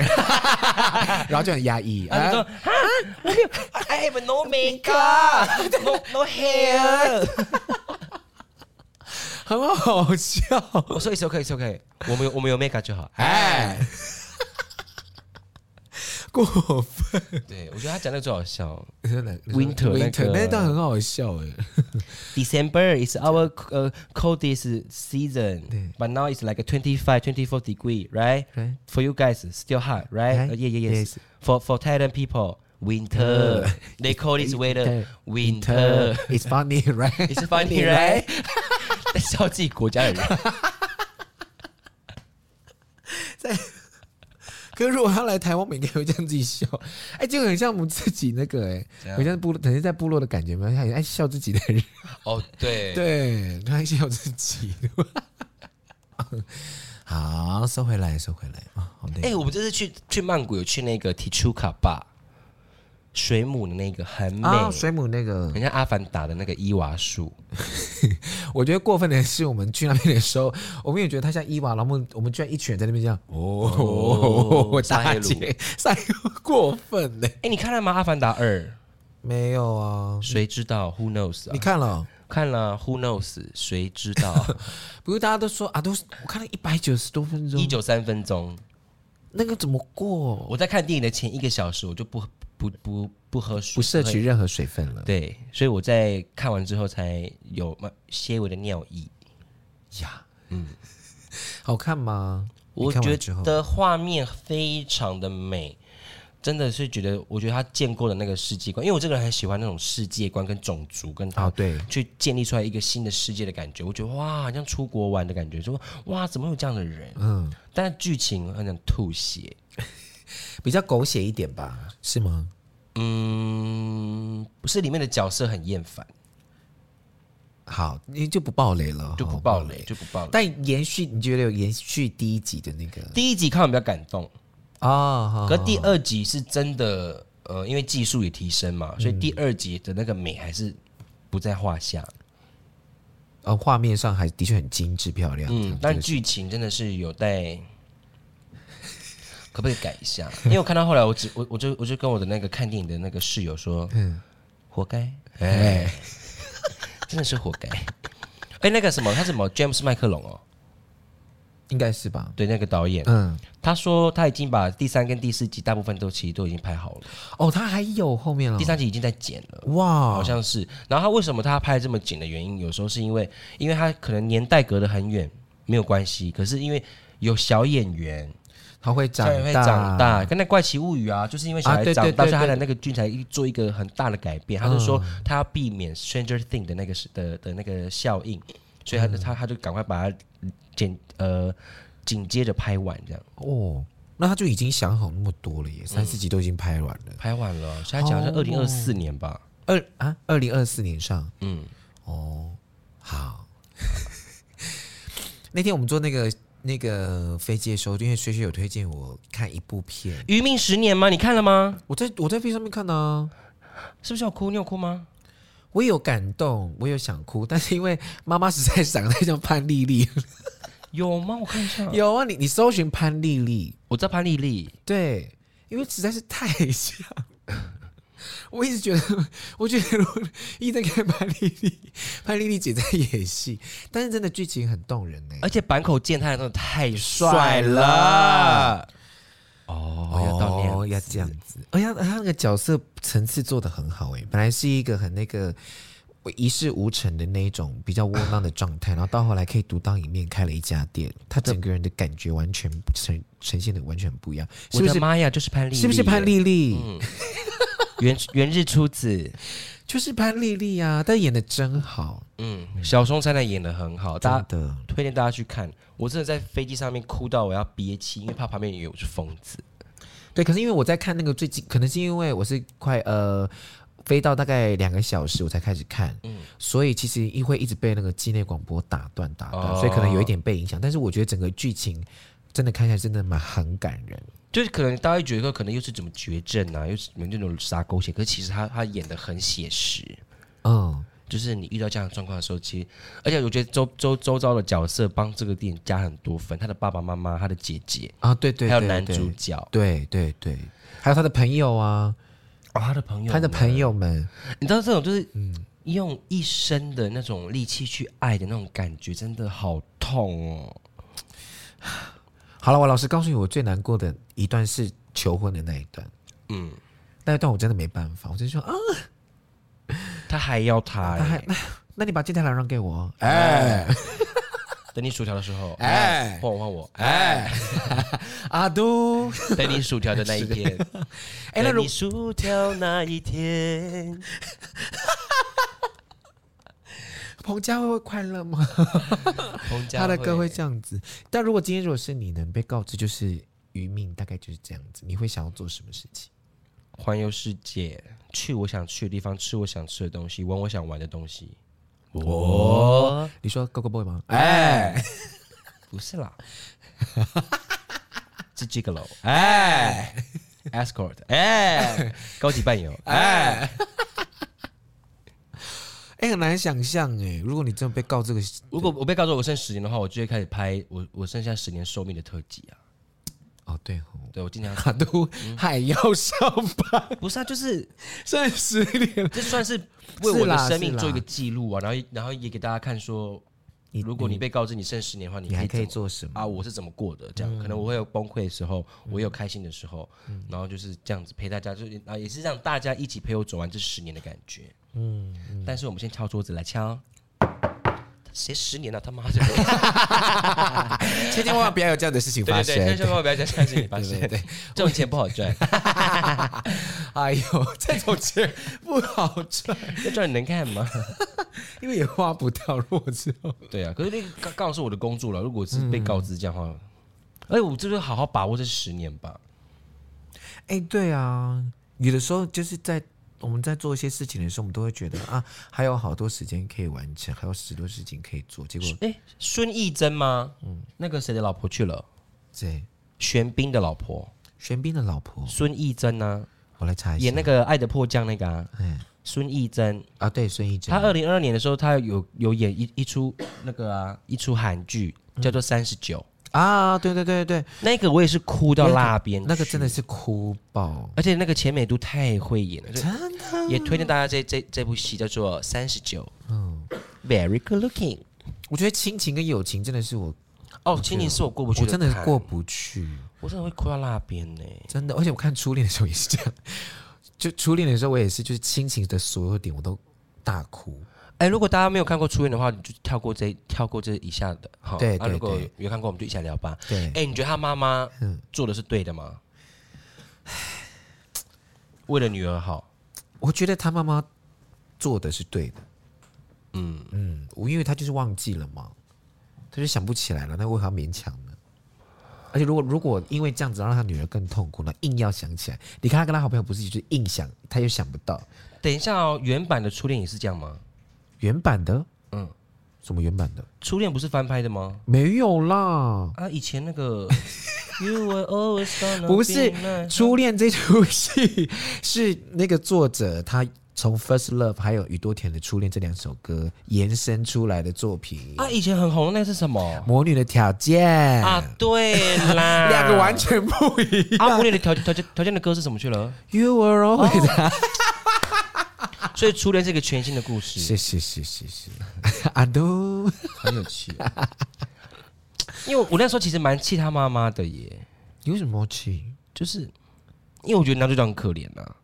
[SPEAKER 2] 然后就很压抑。
[SPEAKER 1] 他就说，
[SPEAKER 2] 啊
[SPEAKER 1] 啊，我没有，I have no makeup, no no hair。
[SPEAKER 2] 很好笑。
[SPEAKER 1] 我说 It's OK, It's OK，我们有我们有 makeup 就好。
[SPEAKER 2] 哎，过分
[SPEAKER 1] 对，我觉得他讲的最好笑。
[SPEAKER 2] 真的
[SPEAKER 1] Winter 那个
[SPEAKER 2] Winter 那段很好笑哎，
[SPEAKER 1] December is our uh, coldest season, but now it's like a 25, 24 degree, right?
[SPEAKER 2] Right.
[SPEAKER 1] For you guys, still hot, right?
[SPEAKER 2] Right.
[SPEAKER 1] Uh, yeah, yeah, yes.
[SPEAKER 2] 哎 Yes.
[SPEAKER 1] For for Thailand people, winter. they call this weather winter.
[SPEAKER 2] It's funny right?
[SPEAKER 1] It's funny, right? 在笑自己国家的 人，
[SPEAKER 2] 可是如果他来台湾，我们应该会这样自己笑。 哎，这个很像我们自己那个
[SPEAKER 1] 怎
[SPEAKER 2] 哎，
[SPEAKER 1] 样
[SPEAKER 2] 很像部落，很像在部落的感觉嘛，很爱笑自己的人。
[SPEAKER 1] 哦，对
[SPEAKER 2] 对，他爱 笑自己。好，收回来，收回来啊！好累。
[SPEAKER 1] 哎、我们这次去去曼谷有去那个 Tichuca Bar，水母的那个很美，
[SPEAKER 2] 啊，水母那个，
[SPEAKER 1] 很像阿凡达的那个伊娃树。
[SPEAKER 2] 我觉得过分的是，我们去那边的时候，我们也觉得他像伊娃，然后我们我们居然一群人在那边这样，哦，
[SPEAKER 1] 哦
[SPEAKER 2] 大姐，上一路过分呢、
[SPEAKER 1] 哎、你看了吗？《阿凡达二》
[SPEAKER 2] 没有啊，
[SPEAKER 1] 谁知道？Who knows？、啊
[SPEAKER 2] 你、看了？哦
[SPEAKER 1] 看了？Who knows？谁知 道？
[SPEAKER 2] 不是大家都说啊，都是我看了一百九十多分钟
[SPEAKER 1] 一，九三分钟，
[SPEAKER 2] 那个怎么过？
[SPEAKER 1] 我在看电影的前一个小时，我就不不不不喝水，
[SPEAKER 2] 不摄取任何水分了，
[SPEAKER 1] 对，所以我在看完之后才有呃些微的尿意。
[SPEAKER 2] 呀，嗯， 好看吗？
[SPEAKER 1] 我
[SPEAKER 2] 你看完
[SPEAKER 1] 觉
[SPEAKER 2] 之后
[SPEAKER 1] 得画面非常的美，真的是觉得，我觉得他建构的那个世界观，因为我这个人很喜欢那种世界观跟种族跟他
[SPEAKER 2] 啊，对，
[SPEAKER 1] 去建立出来一个新的世界的感觉，我觉得哇，好像出国玩的感觉，说哇，怎么会有这样的人？
[SPEAKER 2] 嗯，
[SPEAKER 1] 但是剧情很想吐血，
[SPEAKER 2] 比较狗血一点吧，是吗？
[SPEAKER 1] 嗯，不是里面的角色很厌烦，
[SPEAKER 2] 好，你就不爆雷了，
[SPEAKER 1] 就不
[SPEAKER 2] 好
[SPEAKER 1] 哦爆雷，。就不爆雷。
[SPEAKER 2] 但延续，你觉得有延续第一集的那个
[SPEAKER 1] 第一集看完比较感动，
[SPEAKER 2] 啊？好
[SPEAKER 1] 可第二集是真的，呃，因为技术也提升嘛，所以第二集的那个美还是不在话下。
[SPEAKER 2] 呃，画面上还的确很精致漂亮。
[SPEAKER 1] 嗯
[SPEAKER 2] 嗯，，
[SPEAKER 1] 但剧情真的是有待， 可不可以改一下？因为我看到后来我，只我我就我就跟我的那个看电影的那个室友 说，
[SPEAKER 2] 嗯
[SPEAKER 1] 活该，哎， 真的是活该。哎，那个什么，他什么 James 麦克隆哦，
[SPEAKER 2] 应该是吧？
[SPEAKER 1] 对，那个导演，
[SPEAKER 2] 嗯，
[SPEAKER 1] 他说他已经把第三跟第四集大部分都其实都已经拍好了，
[SPEAKER 2] 哦，它还有后面了
[SPEAKER 1] 第。三集已经在剪了。
[SPEAKER 2] 哇，
[SPEAKER 1] 好像是。然后他为什么他拍这么紧的原因，有时候是因为，因为他可能年代隔得很远，没有关系。可是因为有小演员，
[SPEAKER 2] 它会
[SPEAKER 1] 小
[SPEAKER 2] 长
[SPEAKER 1] 演员会
[SPEAKER 2] 大，
[SPEAKER 1] 长大，跟那《怪奇物语》啊，就是因为小
[SPEAKER 2] 啊
[SPEAKER 1] 孩
[SPEAKER 2] 对
[SPEAKER 1] 长
[SPEAKER 2] 对
[SPEAKER 1] 大，
[SPEAKER 2] 对
[SPEAKER 1] 所以他
[SPEAKER 2] 对
[SPEAKER 1] 的那个剧才一做一个很大的改变。他就说他要避免 Stranger Thing 的那个是的的那个效应，所以他就他他就赶快把它剪呃紧接着拍完这样。
[SPEAKER 2] 哦。那他就已经想好那么多了耶，三四集都已经拍完了。
[SPEAKER 1] 拍完了，所以他讲的是
[SPEAKER 2] 好
[SPEAKER 1] 二零二四年吧，
[SPEAKER 2] 二啊，二零二四年上
[SPEAKER 1] 嗯，
[SPEAKER 2] 哦，好。 那天我们坐那个那个飞机的时候，因为学学有推荐我看一部片，
[SPEAKER 1] 余命十年吗？你看了吗？
[SPEAKER 2] 我在我在飞机上面看的啊、
[SPEAKER 1] 是不是要哭？你有哭吗？
[SPEAKER 2] 我有感动，我有想哭，但是因为妈妈实在是长得太像潘丽丽，
[SPEAKER 1] 有吗？我看一下。
[SPEAKER 2] 有啊，你你搜寻潘丽丽，
[SPEAKER 1] 我知道潘丽丽，
[SPEAKER 2] 对，因为实在是太像。我一直觉得，我觉得如果一直在看潘丽丽，潘丽丽姐在演戏，但是真的剧情很动人呢、
[SPEAKER 1] 而且坂口健太郎真的太
[SPEAKER 2] 帅
[SPEAKER 1] 帅
[SPEAKER 2] 了
[SPEAKER 1] 了。哦，要到那样
[SPEAKER 2] 要这样子，而且他那个角色层次做的很好哎、本来是一个很那个一事无成的那一种比较窝囊的状态，然后到后来可以独当一面开了一家店，他整个人的感觉完全呈呈现的完全不一样，是
[SPEAKER 1] 我
[SPEAKER 2] 不
[SPEAKER 1] 的
[SPEAKER 2] 是？
[SPEAKER 1] 妈呀，就是潘丽，
[SPEAKER 2] 是不是潘？丽丽？
[SPEAKER 1] 嗯原原日出子，
[SPEAKER 2] 就是潘丽丽啊，但演的真好，
[SPEAKER 1] 嗯，小松菜奈演的很好，
[SPEAKER 2] 真
[SPEAKER 1] 大家
[SPEAKER 2] 的。
[SPEAKER 1] 推荐大家去看。我真的在飞机上面哭到我要憋气，因为怕旁边有是疯子。
[SPEAKER 2] 对，可是因为我在看那个最近，可能是因为我是快呃飞到大概两个小时我才开始看，
[SPEAKER 1] 嗯
[SPEAKER 2] 所以其实一会一直被那个境内广播打断打断，
[SPEAKER 1] 哦
[SPEAKER 2] 所以可能有一点被影响。但是我觉得整个剧情真的看起来真的蛮很感人，
[SPEAKER 1] 就是可能大家会觉得可能又是怎么绝症啊，又是怎么那种杀狗血，可是其实他他演的很写实。
[SPEAKER 2] 嗯，
[SPEAKER 1] 就是你遇到这样的状况的时候，其实，而且我觉得周周周遭的角色帮这个电影加很多分，他的爸爸妈妈、他的姐姐，
[SPEAKER 2] 啊，对对，
[SPEAKER 1] 还有
[SPEAKER 2] 对
[SPEAKER 1] 男
[SPEAKER 2] 对
[SPEAKER 1] 主角，
[SPEAKER 2] 对对对，还有他的朋友啊，
[SPEAKER 1] 哦，他的朋友，
[SPEAKER 2] 他的朋，友们，
[SPEAKER 1] 你知道这种就是，用一生的那种力气去爱的那种感觉，真的好痛哦。
[SPEAKER 2] 好了，我老实告诉你，我最难过的一段是求婚的那一段，
[SPEAKER 1] 嗯，
[SPEAKER 2] 那一段我真的没办法，我就说啊，
[SPEAKER 1] 他还要他
[SPEAKER 2] 那啊还
[SPEAKER 1] 欸，
[SPEAKER 2] 那那你把接下来让给我，哎、
[SPEAKER 1] 等你薯条的时候，
[SPEAKER 2] 哎
[SPEAKER 1] 哎，换我换我，
[SPEAKER 2] 哎， 阿都，
[SPEAKER 1] 等你薯条的那一天，
[SPEAKER 2] 哎那
[SPEAKER 1] 等
[SPEAKER 2] 如
[SPEAKER 1] 你薯条那一天，
[SPEAKER 2] 彭佳慧会快乐吗？
[SPEAKER 1] 彭佳
[SPEAKER 2] 他的歌
[SPEAKER 1] 慧
[SPEAKER 2] 会这样子。但如果今天如果是你能被告知就是余命，大概就是这样子，你会想要做什么事情？
[SPEAKER 1] 环游世界，去我想去的地方，吃我想吃的东西，玩我想玩的东西。哦，哎
[SPEAKER 2] 你说 Go Go Boy 吗？哎，
[SPEAKER 1] 不是啦，是 Gigolo，哎，escort，哎，高级伴游， 哎，
[SPEAKER 2] 哎、很难想象哎，如果你真的被告这个，
[SPEAKER 1] 如果我被告知我剩十年的话，我就会开始拍我我剩下十年寿命的特辑啊。
[SPEAKER 2] 哦对哦，
[SPEAKER 1] 对我经常
[SPEAKER 2] 卡都还要上班，
[SPEAKER 1] 不是啊，就是
[SPEAKER 2] 剩十年，
[SPEAKER 1] 这算 是为我
[SPEAKER 2] 是
[SPEAKER 1] 的
[SPEAKER 2] 啦
[SPEAKER 1] 生命
[SPEAKER 2] 是
[SPEAKER 1] 做一个
[SPEAKER 2] 啦
[SPEAKER 1] 记录啊，然后然后也给大家看说，
[SPEAKER 2] 你
[SPEAKER 1] 如果你被告知你剩十年的话，你
[SPEAKER 2] 你还可以
[SPEAKER 1] 怎么
[SPEAKER 2] 做什么？
[SPEAKER 1] 啊，我是怎么过的？这
[SPEAKER 2] 嗯
[SPEAKER 1] 样可能我会有崩溃的时候，我也有开心的时候，然后就是这样子陪大家，就是啊，也是让大家一起陪我走完这十年的感觉。嗯，但是我们先敲桌子来敲。谁十年了、他妈 的！
[SPEAKER 2] 千千万万不要有这样的事情
[SPEAKER 1] 对对
[SPEAKER 2] 发
[SPEAKER 1] 对，
[SPEAKER 2] 生。
[SPEAKER 1] 千千万万不要相信你发现，
[SPEAKER 2] 对对
[SPEAKER 1] 这种钱不好 赚，
[SPEAKER 2] 哎呦，这种钱不好赚，
[SPEAKER 1] 要赚你能看吗？
[SPEAKER 2] 因为也花不掉。如果之后，
[SPEAKER 1] 对啊，可是那个刚刚好是我的工作了，如果是
[SPEAKER 2] 嗯
[SPEAKER 1] 被告知这样的话，哎、我就是好好把握这十年吧。
[SPEAKER 2] 哎、对啊，有的时候就是在我们在做一些事情的时候，我们都会觉得啊，还有好多时间可以完成，还有许多事情可以做。结果，
[SPEAKER 1] 哎、孙艺珍吗？嗯，那个谁的老婆去了？
[SPEAKER 2] 对，
[SPEAKER 1] 玄彬的老婆，
[SPEAKER 2] 玄彬的老婆，
[SPEAKER 1] 孙艺珍啊呢、
[SPEAKER 2] 我来查一下，
[SPEAKER 1] 演那个《爱的迫降》那个啊
[SPEAKER 2] 嗯，
[SPEAKER 1] 孙艺珍，
[SPEAKER 2] 啊，对，孙艺珍
[SPEAKER 1] 她，二零二二年的时候，她有有演一一出那个啊，一出韩剧
[SPEAKER 2] 嗯
[SPEAKER 1] 叫做《三十九
[SPEAKER 2] 啊，对对对对》，
[SPEAKER 1] 那个我也是哭到辣边去，
[SPEAKER 2] 那个真的是哭爆，
[SPEAKER 1] 而且那个钱美都太会演了，就
[SPEAKER 2] 真的，啊
[SPEAKER 1] 也推荐大家这这这部戏叫做《三十九
[SPEAKER 2] 嗯，》
[SPEAKER 1] ，Very good looking。
[SPEAKER 2] 我觉得亲情跟友情真的是我，
[SPEAKER 1] 哦，亲情是我过不去
[SPEAKER 2] 我
[SPEAKER 1] 的
[SPEAKER 2] 真
[SPEAKER 1] 坎，
[SPEAKER 2] 的过不去，
[SPEAKER 1] 我真的会哭到那边呢。
[SPEAKER 2] 真的，而且我看初恋的时候也是这样，就初恋的时候我也是，就是亲情的所有点我都大哭，
[SPEAKER 1] 哎，如果大家没有看过《初恋》的话，你就跳过这跳过这以下的哈。
[SPEAKER 2] 对
[SPEAKER 1] 啊，
[SPEAKER 2] 对
[SPEAKER 1] 如果
[SPEAKER 2] 对
[SPEAKER 1] 有看过，我们就一起来聊吧。
[SPEAKER 2] 对，
[SPEAKER 1] 哎，你觉得他妈妈
[SPEAKER 2] 嗯
[SPEAKER 1] 做的是对的吗？为了女儿好，
[SPEAKER 2] 我觉得他妈妈做的是对的，
[SPEAKER 1] 嗯，
[SPEAKER 2] 嗯，我因为他就是忘记了嘛，他就想不起来了，那为何要勉强呢？而且如果如果因为这样子让他女儿更痛苦，那硬要想起来，你看他跟他好朋友不是就是硬想，他又想不到
[SPEAKER 1] 等一下哦，原版的《初恋》也是这样吗？
[SPEAKER 2] 原版的，
[SPEAKER 1] 嗯
[SPEAKER 2] 嗯，什么原版的？
[SPEAKER 1] 《初恋》不是翻拍的吗？
[SPEAKER 2] 没有啦，
[SPEAKER 1] 啊，以前那个 You were always gonna
[SPEAKER 2] 不是
[SPEAKER 1] be mine
[SPEAKER 2] 《初恋》这出戏是那个作者他从《First Love》还有宇多田的《初恋》这两首歌延伸出来的作品，
[SPEAKER 1] 啊，以前很红的那是什么
[SPEAKER 2] 魔女的条件》
[SPEAKER 1] 啊？对啦，
[SPEAKER 2] 两个完全不一样。
[SPEAKER 1] 啊，魔女的条条件条件的歌是什么去了？
[SPEAKER 2] You were always、
[SPEAKER 1] 所以初恋是一个全新的故事，
[SPEAKER 2] 是是是是是， 阿都
[SPEAKER 1] 很有趣。因为我那时候其实蛮气他妈妈的耶，
[SPEAKER 2] 有什么气？
[SPEAKER 1] 就是因为我觉得男主角很可怜呐、啊。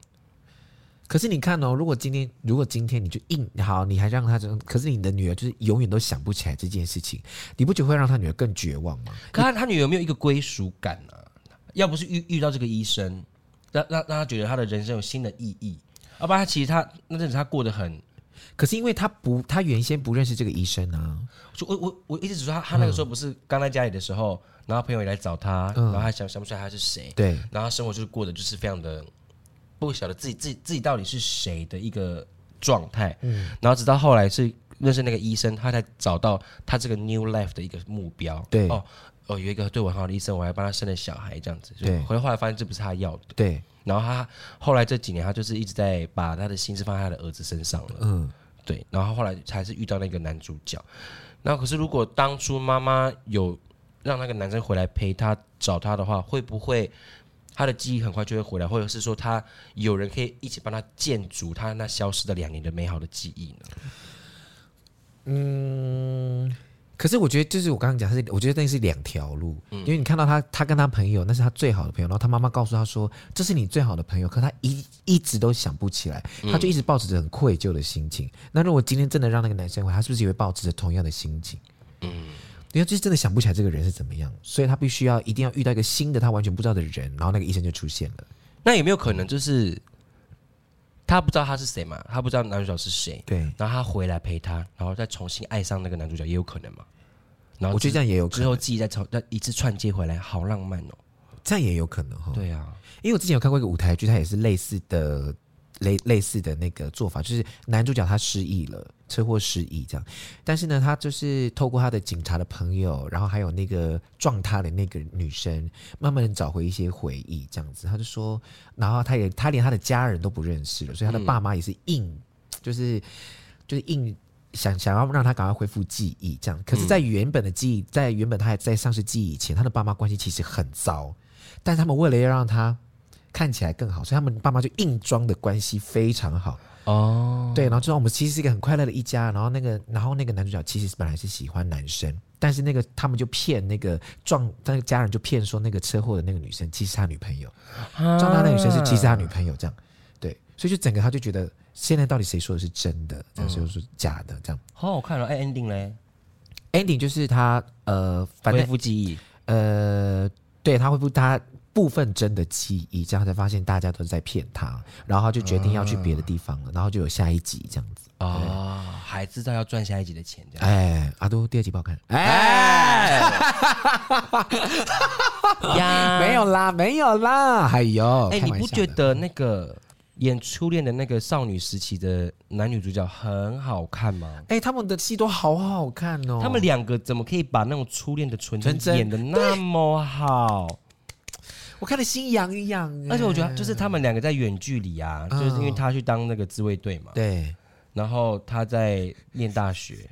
[SPEAKER 2] 可是你看哦，如果今天如果今天你就硬好，你还让他这样，可是你的女儿就是永远都想不起来这件事情，你不觉得会让他女儿更绝望吗？
[SPEAKER 1] 可他他女儿有没有一个归属感啊？要不是遇遇到这个医生，让让让他觉得他的人生有新的意义，要不然他其实他那阵子他过得很，
[SPEAKER 2] 可是因为他不，他原先不认识这个医生啊，
[SPEAKER 1] 就我我我一直只说他他那个时候不是刚在家里的时候，然后朋友也来找他，然后他想想不出来他是谁，
[SPEAKER 2] 对，
[SPEAKER 1] 然后他生活就是过得就是非常的不晓得自己自己自己到底是谁的一个状态，
[SPEAKER 2] 嗯
[SPEAKER 1] 然后直到后来是认识那个医生，他才找到他这个 new life 的一个目标，
[SPEAKER 2] 对
[SPEAKER 1] 哦哦，有一个对我很好的医生，我还帮他生了小孩这样子，
[SPEAKER 2] 对
[SPEAKER 1] 回后来发现这不是他要的，
[SPEAKER 2] 对，
[SPEAKER 1] 然后他后来这几年他就是一直在把他的心思放在他的儿子身上了，
[SPEAKER 2] 嗯，
[SPEAKER 1] 对，然后后来才是遇到那个男主角。那可是如果当初妈妈有让那个男生回来陪他找他的话，会不会他的记忆很快就会回来，或者是说他有人可以一起帮他建筑他那消失的两年的美好的记忆呢？
[SPEAKER 2] 可是我觉得，就是我刚刚讲，他是我觉得那是两条路，因为你看到他，他跟他朋友，那是他最好的朋友，然后他妈妈告诉他说，这是你最好的朋友，可他一一直都想不起来，他就一直抱持着很愧疚的心情。那如果今天真的让那个男生回来，他是不是也会抱持着同样的心情？因为就是真的想不起来这个人是怎么样，所以他必须要一定要遇到一个新的他完全不知道的人，然后那个医生就出现了。
[SPEAKER 1] 那有没有可能就是他不知道他是谁嘛？他不知道男主角是谁，
[SPEAKER 2] 对，
[SPEAKER 1] 然后他回来陪他，然后再重新爱上那个男主角，也有可能嘛？然后
[SPEAKER 2] 我觉得这样也有可
[SPEAKER 1] 之
[SPEAKER 2] 能，
[SPEAKER 1] 后记忆再重再一次串接回来，好浪漫哦！
[SPEAKER 2] 这样也有可能哈。
[SPEAKER 1] 对啊，
[SPEAKER 2] 因为我之前有看过一个舞台剧，它也是类似的类类似的那个做法，就是男主角他失忆了，车祸失忆这样。但是呢，他就是透过他的警察的朋友，然后还有那个撞他的那个女生，慢慢的找回一些回忆这样子。他就说，然后他也他连他的家人都不认识了，所以他的爸妈也是硬，就是就是硬。想想要让他赶快恢复记忆，这样。可是，在原本的记忆，在原本他还在丧失记忆以前，他的爸妈关系其实很糟，但他们为了要让他看起来更好，所以他们爸妈就硬装的关系非常好。
[SPEAKER 1] 哦，
[SPEAKER 2] 对，然后就让我们其实是一个很快乐的一家。然后那个，然后那个男主角其实本来是喜欢男生，但是那个他们就骗那个撞，那个家人就骗说那个车祸的那个女生其实是他女朋友，
[SPEAKER 1] 啊
[SPEAKER 2] 撞他的女生是其实他女朋友这样。对，所以就整个他就觉得现在到底谁说的是真的，这样谁说是假的这样。
[SPEAKER 1] 好好看哦，哎，ending 嘞，
[SPEAKER 2] ending 就是他呃，反
[SPEAKER 1] 恢
[SPEAKER 2] 正
[SPEAKER 1] 复记忆，
[SPEAKER 2] 呃，对他恢复他部分真的记忆，这样才发现大家都在骗他，然后他就决定要去别的地方了，然后就有下一集这样子。
[SPEAKER 1] 哦，还知道要赚下一集的钱，这样。
[SPEAKER 2] 哎，阿都第二集不好看， 哎，
[SPEAKER 1] 哎，呀，
[SPEAKER 2] 没有啦，没有啦，哎呦，
[SPEAKER 1] 哎，
[SPEAKER 2] 开
[SPEAKER 1] 你
[SPEAKER 2] 玩
[SPEAKER 1] 不
[SPEAKER 2] 笑
[SPEAKER 1] 觉
[SPEAKER 2] 的？
[SPEAKER 1] 得那个演初恋的那个少女时期的男女主角很好看吗？
[SPEAKER 2] 哎，他们的戏都好好看哦，
[SPEAKER 1] 他们两个怎么可以把那种初恋的纯
[SPEAKER 2] 纯
[SPEAKER 1] 真
[SPEAKER 2] 真
[SPEAKER 1] 演的那么好？
[SPEAKER 2] 我看的心痒痒，哎
[SPEAKER 1] 而且我觉得，就是他们两个在远距离啊，就是因为
[SPEAKER 2] 嗯
[SPEAKER 1] 他去当那个自卫队嘛，
[SPEAKER 2] 对，
[SPEAKER 1] 然后他在念大学，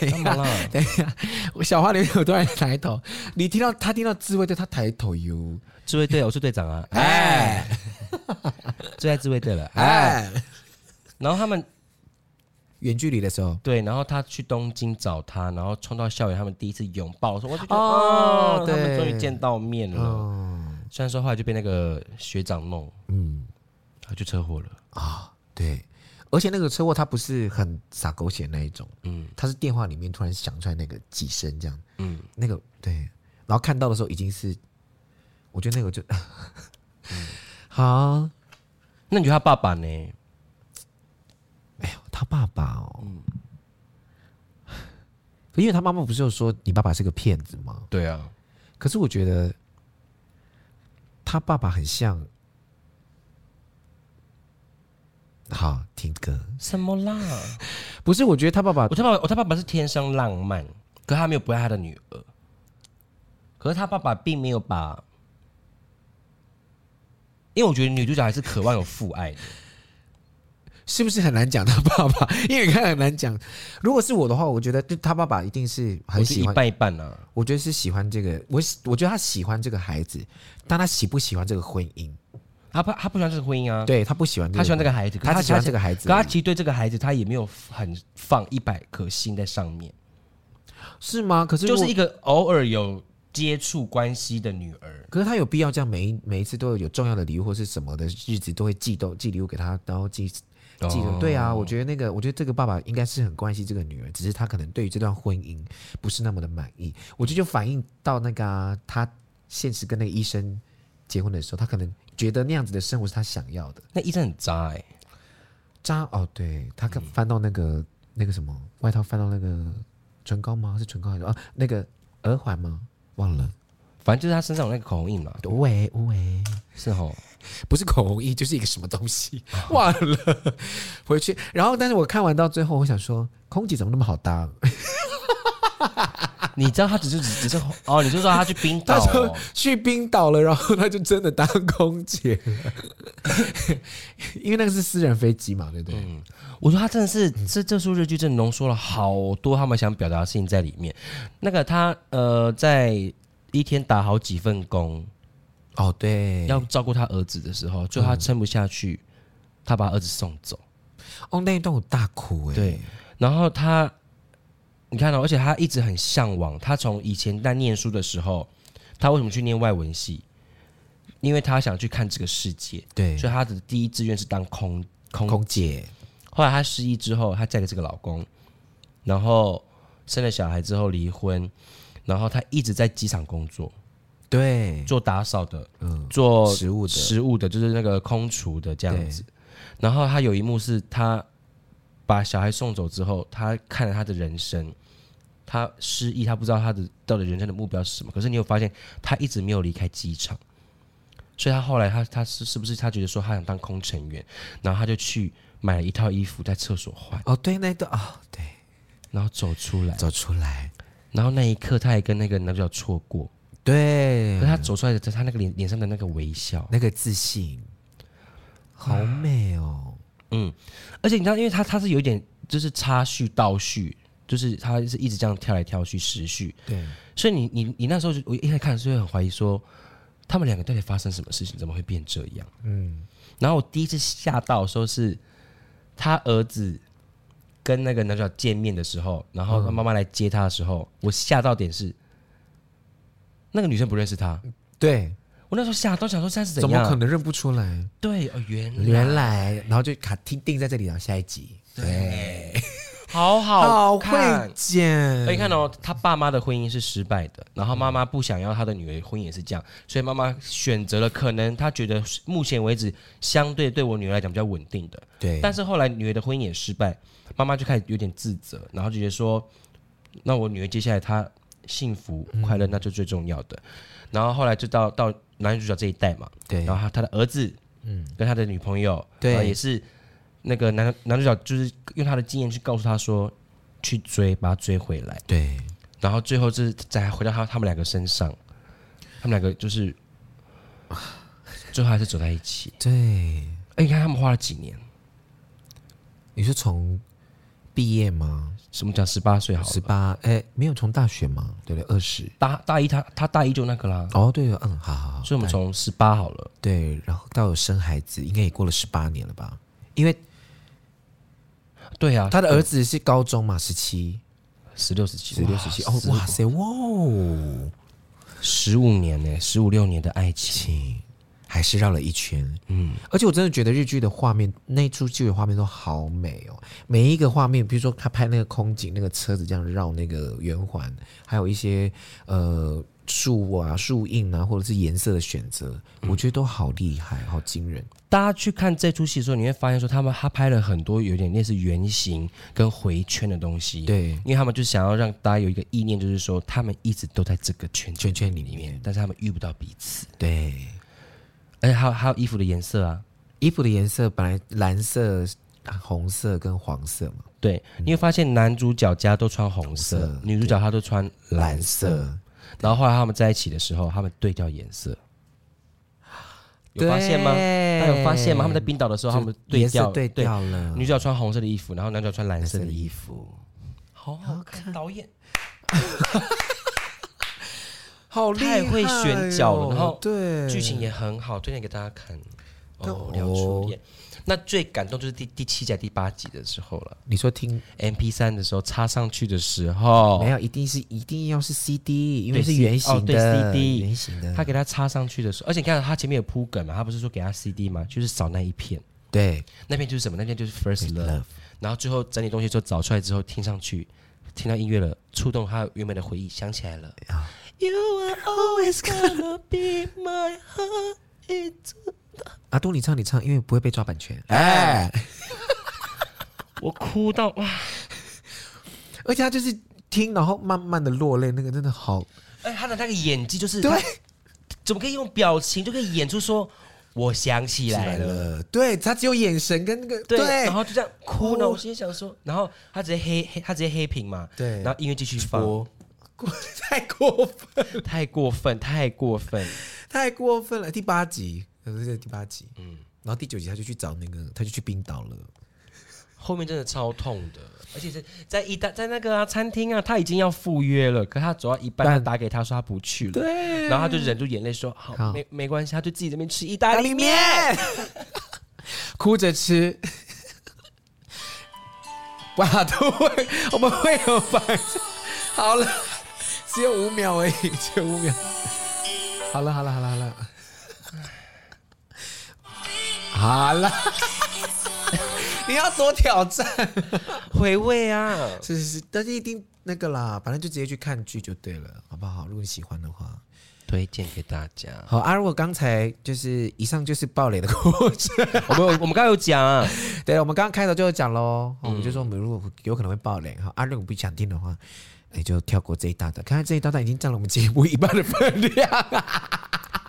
[SPEAKER 1] 干嘛啦？
[SPEAKER 2] 等一下，我小花里有突然抬头，你听到他听到自卫队，他抬头哟，
[SPEAKER 1] 自卫队，我是队长啊，哎，
[SPEAKER 2] 哎
[SPEAKER 1] 最爱自卫队了，哎。
[SPEAKER 2] 哎，
[SPEAKER 1] 然后他们
[SPEAKER 2] 远距离的时候。
[SPEAKER 1] 对，然后他去东京找他，然后冲到校园，他们第一次拥抱的时候，我就觉得
[SPEAKER 2] 哦
[SPEAKER 1] 哦，他们
[SPEAKER 2] 对
[SPEAKER 1] 终于见到面了。
[SPEAKER 2] 哦，
[SPEAKER 1] 虽然说后来就被那个学长弄，
[SPEAKER 2] 嗯
[SPEAKER 1] 他就车祸了。
[SPEAKER 2] 啊，对，而且那个车祸他不是很洒狗血那一种，
[SPEAKER 1] 嗯
[SPEAKER 2] 他是电话里面突然响出来那个几声这样，
[SPEAKER 1] 嗯，
[SPEAKER 2] 那个对，然后看到的时候已经是，我觉得那个就， 好，
[SPEAKER 1] 那你觉得他爸爸呢？
[SPEAKER 2] 哎呦，他爸爸哦，
[SPEAKER 1] 嗯
[SPEAKER 2] 可因为他妈妈不是有说你爸爸是个骗子吗？
[SPEAKER 1] 对啊，
[SPEAKER 2] 可是我觉得他爸爸很像。好，听歌
[SPEAKER 1] 什么啦？
[SPEAKER 2] 不是，我觉得他爸爸
[SPEAKER 1] 啊我他爸爸，我他爸爸是天生浪漫，可他没有不爱他的女儿。可是他爸爸并没有把，因为我觉得女主角还是渴望有父爱的。
[SPEAKER 2] 是不是很难讲他爸爸？ 因为你看很难讲。如果是我的话，我觉得对他爸爸一定是很
[SPEAKER 1] 我觉得
[SPEAKER 2] 喜
[SPEAKER 1] 一
[SPEAKER 2] 欢，
[SPEAKER 1] 半一半啊。
[SPEAKER 2] 我觉得是喜欢这个。我喜我觉得他喜欢这个孩子，但他喜不喜欢这个婚姻？
[SPEAKER 1] 他不，他不喜欢这个婚姻啊，
[SPEAKER 2] 对他不喜欢、这个，
[SPEAKER 1] 他喜欢这个孩子，可
[SPEAKER 2] 他
[SPEAKER 1] 他
[SPEAKER 2] 只喜欢
[SPEAKER 1] 他
[SPEAKER 2] 这个孩子
[SPEAKER 1] 可
[SPEAKER 2] 而
[SPEAKER 1] 他
[SPEAKER 2] 已，
[SPEAKER 1] 其实对这个孩子，他也没有很放一百颗心在上面，
[SPEAKER 2] 是吗？可是
[SPEAKER 1] 就是
[SPEAKER 2] 我
[SPEAKER 1] 一个偶尔有接触关系的女儿。
[SPEAKER 2] 可是他有必要这样每一每一次都有重要的礼物或是什么的日子都会寄都寄礼物给他，然后寄寄
[SPEAKER 1] 哦
[SPEAKER 2] 对啊，我觉得那个我觉得这个爸爸应该是很关心这个女儿，只是他可能对于这段婚姻不是那么的满意。我觉得就反映到那个啊、他现实跟那个医生结婚的时候，他可能觉得那样子的生活是他想要的。
[SPEAKER 1] 那医生很渣哎、
[SPEAKER 2] 渣哦，对他看翻到那个、那个什么外套，翻到那个唇膏吗？是唇膏还是啊那个耳环吗？忘了。
[SPEAKER 1] 反正就是他身上有那个口红印嘛，
[SPEAKER 2] 喂喂。
[SPEAKER 1] 是吼。
[SPEAKER 2] 不是口红印，就是一个什么东西， 忘了。回去，然后但是我看完到最后，我想说，空姐怎么那么好搭？
[SPEAKER 1] 你知道他只是只只是哦，你就说他去冰岛、
[SPEAKER 2] 她说
[SPEAKER 1] 哦，
[SPEAKER 2] 去冰岛了，然后她就真的当空姐 了，因为那个是私人飞机嘛，对不对？
[SPEAKER 1] 我说他真的是
[SPEAKER 2] 嗯
[SPEAKER 1] 这这出日剧真的浓缩了好多他们想表达的事情在里面。那个他呃，在一天打好几份工，
[SPEAKER 2] 哦，对，
[SPEAKER 1] 要照顾他儿子的时候，就他撑不下去，
[SPEAKER 2] 嗯
[SPEAKER 1] 他把儿子送走。
[SPEAKER 2] 哦那一段我大哭哎、
[SPEAKER 1] 对，然后他，你看到、哦而且他一直很向往。他从以前在念书的时候，他为什么去念外文系？因为他想去看这个世界，
[SPEAKER 2] 对
[SPEAKER 1] 所以他的第一志愿是当空空。
[SPEAKER 2] 嗯空姐
[SPEAKER 1] 后来他失忆之后，她嫁给这个老公，然后生了小孩之后离婚，然后她一直在机场工作，
[SPEAKER 2] 对，
[SPEAKER 1] 做打扫的，
[SPEAKER 2] 嗯，
[SPEAKER 1] 做
[SPEAKER 2] 食物的
[SPEAKER 1] 食物的，就是那个空厨的这样子。然后他有一幕是他把小孩送走之后，他看了他的人生，他失忆，他不知道他的到底人生的目标是什么。可是你有发现，他一直没有离开机场，所以他后来他他是是不是他觉得说他想当空乘员，然后他就去买了一套衣服在厕所换，
[SPEAKER 2] 哦，对，那段哦，对，
[SPEAKER 1] 然后走出来，
[SPEAKER 2] 走出来，
[SPEAKER 1] 然后那一刻他也跟那个男主角错过，
[SPEAKER 2] 对嗯
[SPEAKER 1] 可是，他走出来的他那个脸脸上的那个微笑，
[SPEAKER 2] 那个自信，好美哦。
[SPEAKER 1] 嗯，而且你知道，因为他他是有一点就是插叙倒叙，就是他是一直这样跳来跳去时序，
[SPEAKER 2] 对，
[SPEAKER 1] 所以你你你那时候就我一开始看是会很怀疑说，他们两个到底发生什么事情，怎么会变这样？
[SPEAKER 2] 嗯，
[SPEAKER 1] 然后我第一次吓到的时候是，他儿子跟那个男主角见面的时候，然后他
[SPEAKER 2] 嗯
[SPEAKER 1] 妈妈来接他的时候，我吓到点是，那个女生不认识他，
[SPEAKER 2] 对，
[SPEAKER 1] 我那时候吓到想说现在是
[SPEAKER 2] 怎
[SPEAKER 1] 怎
[SPEAKER 2] 么
[SPEAKER 1] 样？
[SPEAKER 2] 可能认不出来？
[SPEAKER 1] 对哦，原来
[SPEAKER 2] 原来，然后就卡定定在这里，然后下一集，对，
[SPEAKER 1] 好
[SPEAKER 2] 好哎
[SPEAKER 1] 好
[SPEAKER 2] 会
[SPEAKER 1] 看。
[SPEAKER 2] 剪
[SPEAKER 1] 所以，你看哦，他爸妈的婚姻是失败的，然后妈妈不想要他的女儿婚姻也是这样，所以妈妈选择了可能她觉得目前为止相对对我女儿来讲比较稳定的，
[SPEAKER 2] 对，
[SPEAKER 1] 但是后来女儿的婚姻也失败，妈妈就开始有点自责，然后就觉得说，那我女儿接下来她幸福快乐那就最重要的。然后后来就到到男主角这一代嘛，
[SPEAKER 2] 对
[SPEAKER 1] 然后他他的儿子，嗯，跟他的女朋友，
[SPEAKER 2] 对
[SPEAKER 1] 然后也是那个男男主角就是用他的经验去告诉他说，去追把他追回来，
[SPEAKER 2] 对，
[SPEAKER 1] 然后最后就是再回到他他们两个身上，他们两个就是最后还是走在一起。
[SPEAKER 2] 对，
[SPEAKER 1] 哎，你看他们花了几年？
[SPEAKER 2] 你是从毕业吗？
[SPEAKER 1] 什么叫十八岁好了？
[SPEAKER 2] 十八？哎，没有从大学吗？对对，二十。
[SPEAKER 1] 大大一他他大一就那个啦，
[SPEAKER 2] 哦，对了，嗯，好好好。
[SPEAKER 1] 所以我们从十八好了，
[SPEAKER 2] 对，然后到有生孩子，应该也过了十八年了吧？因为
[SPEAKER 1] 对啊，
[SPEAKER 2] 他的儿子是高中嘛，十七、
[SPEAKER 1] 十六十七
[SPEAKER 2] 十六、十七，哦，哇塞，哇哦，
[SPEAKER 1] 十五年呢、十五六年的爱情，
[SPEAKER 2] 亲，还是绕了一圈，嗯。而且我真的觉得日剧的画面，那一出剧的画面都好美哦，每一个画面，比如说他拍那个空景，那个车子这样绕那个圆环，还有一些呃树啊、树荫啊，或者是颜色的选择，
[SPEAKER 1] 嗯
[SPEAKER 2] 我觉得都好厉害，好惊人。
[SPEAKER 1] 大家去看这出戏的时候，你会发现说他们他拍了很多有点类似圆形跟回圈的东西，，
[SPEAKER 2] 对，
[SPEAKER 1] 因为他们就想要让大家有一个意念，就是说他们一直都在这个圈圈
[SPEAKER 2] 圈圈里
[SPEAKER 1] 里面
[SPEAKER 2] 面，，
[SPEAKER 1] 但是他们遇不到彼此，
[SPEAKER 2] 对。
[SPEAKER 1] 而哎且还有还有衣服的颜色啊，
[SPEAKER 2] 衣服的颜色本来蓝色、红色跟黄色嘛，
[SPEAKER 1] 对，你会发现男主角家都穿嗯红色，
[SPEAKER 2] 红色
[SPEAKER 1] 女主角她都穿蓝
[SPEAKER 2] 蓝
[SPEAKER 1] 色，
[SPEAKER 2] 色，
[SPEAKER 1] 然后后来他们在一起的时候，他们对调颜色，有发现吗？
[SPEAKER 2] 对
[SPEAKER 1] 大家有发现吗？他们在冰岛的时候，他们对
[SPEAKER 2] 颜色
[SPEAKER 1] 调
[SPEAKER 2] 对调了，
[SPEAKER 1] 女主角穿红色的衣服，然后男主角穿蓝色的衣服，
[SPEAKER 2] 服
[SPEAKER 1] 好好看。导 演
[SPEAKER 2] 好
[SPEAKER 1] 太会选角了然后
[SPEAKER 2] 对
[SPEAKER 1] 剧情也很好，推荐给大家看。哦，
[SPEAKER 2] 但
[SPEAKER 1] 聊
[SPEAKER 2] 哦
[SPEAKER 1] 初恋。那最感动就是第第七集、第八集的时候了。
[SPEAKER 2] 你说听
[SPEAKER 1] M P 三的时候插上去的时候
[SPEAKER 2] 没，有，一定是一定要是 CD，因为
[SPEAKER 1] 对
[SPEAKER 2] 是
[SPEAKER 1] C-
[SPEAKER 2] 圆
[SPEAKER 1] 哦
[SPEAKER 2] 形
[SPEAKER 1] 对
[SPEAKER 2] 的
[SPEAKER 1] CD
[SPEAKER 2] 圆形的，
[SPEAKER 1] 他给他插上去的时候，而且你看他前面有铺梗嘛，他不是说给他 C D 嘛，就是扫那一片，
[SPEAKER 2] 对
[SPEAKER 1] 那片就是什么？那片就是 First Love。
[SPEAKER 2] love，
[SPEAKER 1] 然后最后整理东西之后找出来之后听上去，听到音乐了，触动他原本的回忆，想起来了。You
[SPEAKER 2] 啊
[SPEAKER 1] are always gonna be my heart. It's-
[SPEAKER 2] 阿东你唱你唱，因为不会被抓版权，哎，
[SPEAKER 1] 我哭到哇！
[SPEAKER 2] 而且他就是听，然后慢慢的落泪，那个真的好，
[SPEAKER 1] 哎，他的那个演技就是，
[SPEAKER 2] 对
[SPEAKER 1] 他怎么可以用表情就可以演出说我想起来了？
[SPEAKER 2] 呃，对他只有眼神跟那个
[SPEAKER 1] 对，
[SPEAKER 2] 对
[SPEAKER 1] 然后就这样哭呢。
[SPEAKER 2] 哦
[SPEAKER 1] 我心里想说，然后他直接黑黑，他直接黑屏嘛。
[SPEAKER 2] 对
[SPEAKER 1] 然后音乐继续放，，
[SPEAKER 2] 过太过分。
[SPEAKER 1] 太过分，太过分。
[SPEAKER 2] 太过分了！第八集，呃，这是第八集，嗯，然后第九集他就去找那个，他就去冰岛了，
[SPEAKER 1] 后面真的超痛的，而且是在一大在那个、啊、餐厅啊，他已经要赴约了，可他走到一半，他
[SPEAKER 2] 但
[SPEAKER 1] 打给他说他不去了，
[SPEAKER 2] 对
[SPEAKER 1] 然后他就忍住眼泪说好
[SPEAKER 2] 好
[SPEAKER 1] 没没关系，他就自己这边吃意
[SPEAKER 2] 啊
[SPEAKER 1] 大利面。，
[SPEAKER 2] 哭着吃。哇，都会，我们会有反应。好了，只有五秒而已，只有五秒。好了，好了，好了，好了，好了。 你要多挑战，
[SPEAKER 1] 回味啊，
[SPEAKER 2] 是是是，但是一定那个啦，反正就直接去看剧就对了，好不好？如果你喜欢的话，
[SPEAKER 1] 推荐给大家。
[SPEAKER 2] 好啊。如果刚才就是以上就是暴雷的过程，
[SPEAKER 1] 我们我们刚刚有讲啊、
[SPEAKER 2] 对了，我们刚刚开头就有讲喽，
[SPEAKER 1] 嗯
[SPEAKER 2] 我们就说我们如果有可能会暴雷哈，啊，如果不想听的话，你就跳过这一大段。看看这一大段已经占了我们节目一半的分 量。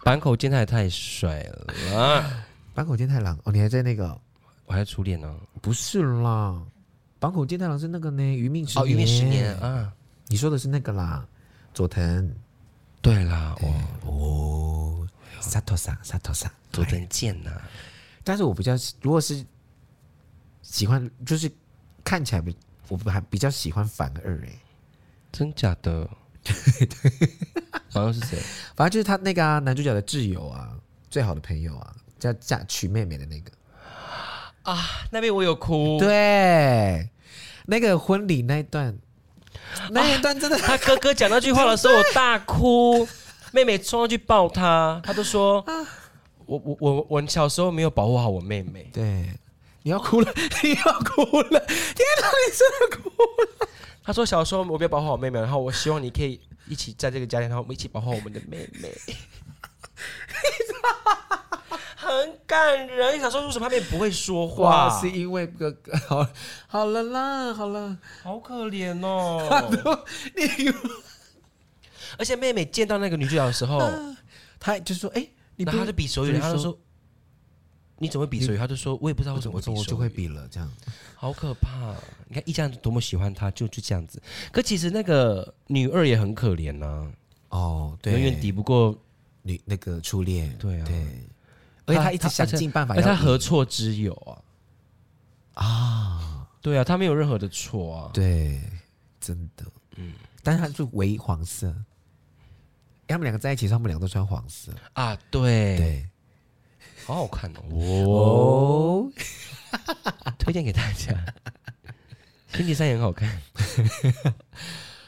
[SPEAKER 1] 坂口健太也太帅了，
[SPEAKER 2] 坂口健太郎，哦，你还在那个哦
[SPEAKER 1] 我还在初恋呢、
[SPEAKER 2] 不是啦，坂口健太郎是那个呢，余命十
[SPEAKER 1] 哦，余命十年，啊，
[SPEAKER 2] 你说的是那个啦，佐藤
[SPEAKER 1] 对啦，我
[SPEAKER 2] 哦，沙头桑沙头桑，
[SPEAKER 1] 佐藤健呐、
[SPEAKER 2] 但是我比较喜如果是喜欢，就是看起来比我还比较喜欢反二哎、
[SPEAKER 1] 真假 的？好像是谁？
[SPEAKER 2] 反正就是他那个啊，男主角的挚友啊，最好的朋友啊，叫嫁娶妹妹的那个，
[SPEAKER 1] 那边我有
[SPEAKER 2] 哦
[SPEAKER 1] 哭，
[SPEAKER 2] 对，那个婚礼那一段，那一段真的、
[SPEAKER 1] 他哥哥讲那句话的时候，我大哭，妹妹冲上去抱他，他都说。我我我我小时候没有保护好我妹妹，
[SPEAKER 2] 对，你要哭了， 你要哭了，天哪，你真的哭了，
[SPEAKER 1] 他说小时候我没有保护好妹妹，然后我希望你可以一起在这个家庭，然后我们一起保护好我们的妹妹。很感人，想说为什么他们也不会说话
[SPEAKER 2] 哇，，是因为哥哥，好，好了啦， 好了，
[SPEAKER 1] 好可怜 哦。
[SPEAKER 2] 你
[SPEAKER 1] 而且妹妹见到那个女主角的时候，
[SPEAKER 2] 他就说，哎、你不
[SPEAKER 1] 然后他就比手语，
[SPEAKER 2] 你
[SPEAKER 1] 他就说：“你怎么会比手语？”他就说：“我也不知道为什么
[SPEAKER 2] 我
[SPEAKER 1] 会
[SPEAKER 2] 就
[SPEAKER 1] 比
[SPEAKER 2] 我就
[SPEAKER 1] 手
[SPEAKER 2] 会
[SPEAKER 1] 语。
[SPEAKER 2] 比了这样。”
[SPEAKER 1] 好可怕、你看一家人多么喜欢他，就就这样子。可其实那个女二也很可怜呐、
[SPEAKER 2] 哦，对，
[SPEAKER 1] 永远抵不过
[SPEAKER 2] 你那个初恋，
[SPEAKER 1] 对啊
[SPEAKER 2] 对，而且他一直想尽办法
[SPEAKER 1] 而
[SPEAKER 2] 要
[SPEAKER 1] 他
[SPEAKER 2] 赢，
[SPEAKER 1] 何错之有啊？
[SPEAKER 2] 啊，
[SPEAKER 1] 对啊，他没有任何的错啊。
[SPEAKER 2] 哦对，真的，嗯，但是他是唯一黄色，诶他们两个在一起的时候，他们两个都穿黄色，
[SPEAKER 1] 啊，对，
[SPEAKER 2] 对，
[SPEAKER 1] 好好看哦，
[SPEAKER 2] 哦，
[SPEAKER 1] 推荐给大家。 星期三也很好看，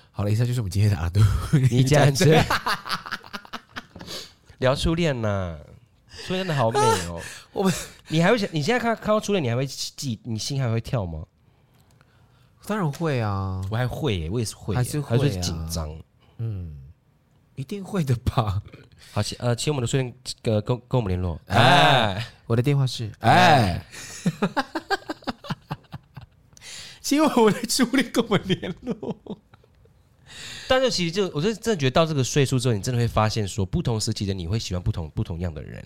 [SPEAKER 2] 好了，以上就是我们今天的阿杜，
[SPEAKER 1] 你讲这聊初恋呐、初恋真的好美 哦。
[SPEAKER 2] 我们
[SPEAKER 1] 你还会想，你现在看看到初恋，你还会记，你心还会跳吗？
[SPEAKER 2] 当然会啊，
[SPEAKER 1] 我还会耶、我也是会耶、
[SPEAKER 2] 还是会啊
[SPEAKER 1] 还紧张。
[SPEAKER 2] 一定会的吧？
[SPEAKER 1] 好，请呃，请我们的初恋呃跟跟我们联络。
[SPEAKER 2] 哎
[SPEAKER 1] 哎，
[SPEAKER 2] 我的电话是哎。希望我的初恋跟我联络。
[SPEAKER 1] 但是其实就我真真的觉得到这个岁数之后，你真的会发现说，不同时期的你会喜欢不同不同样的人，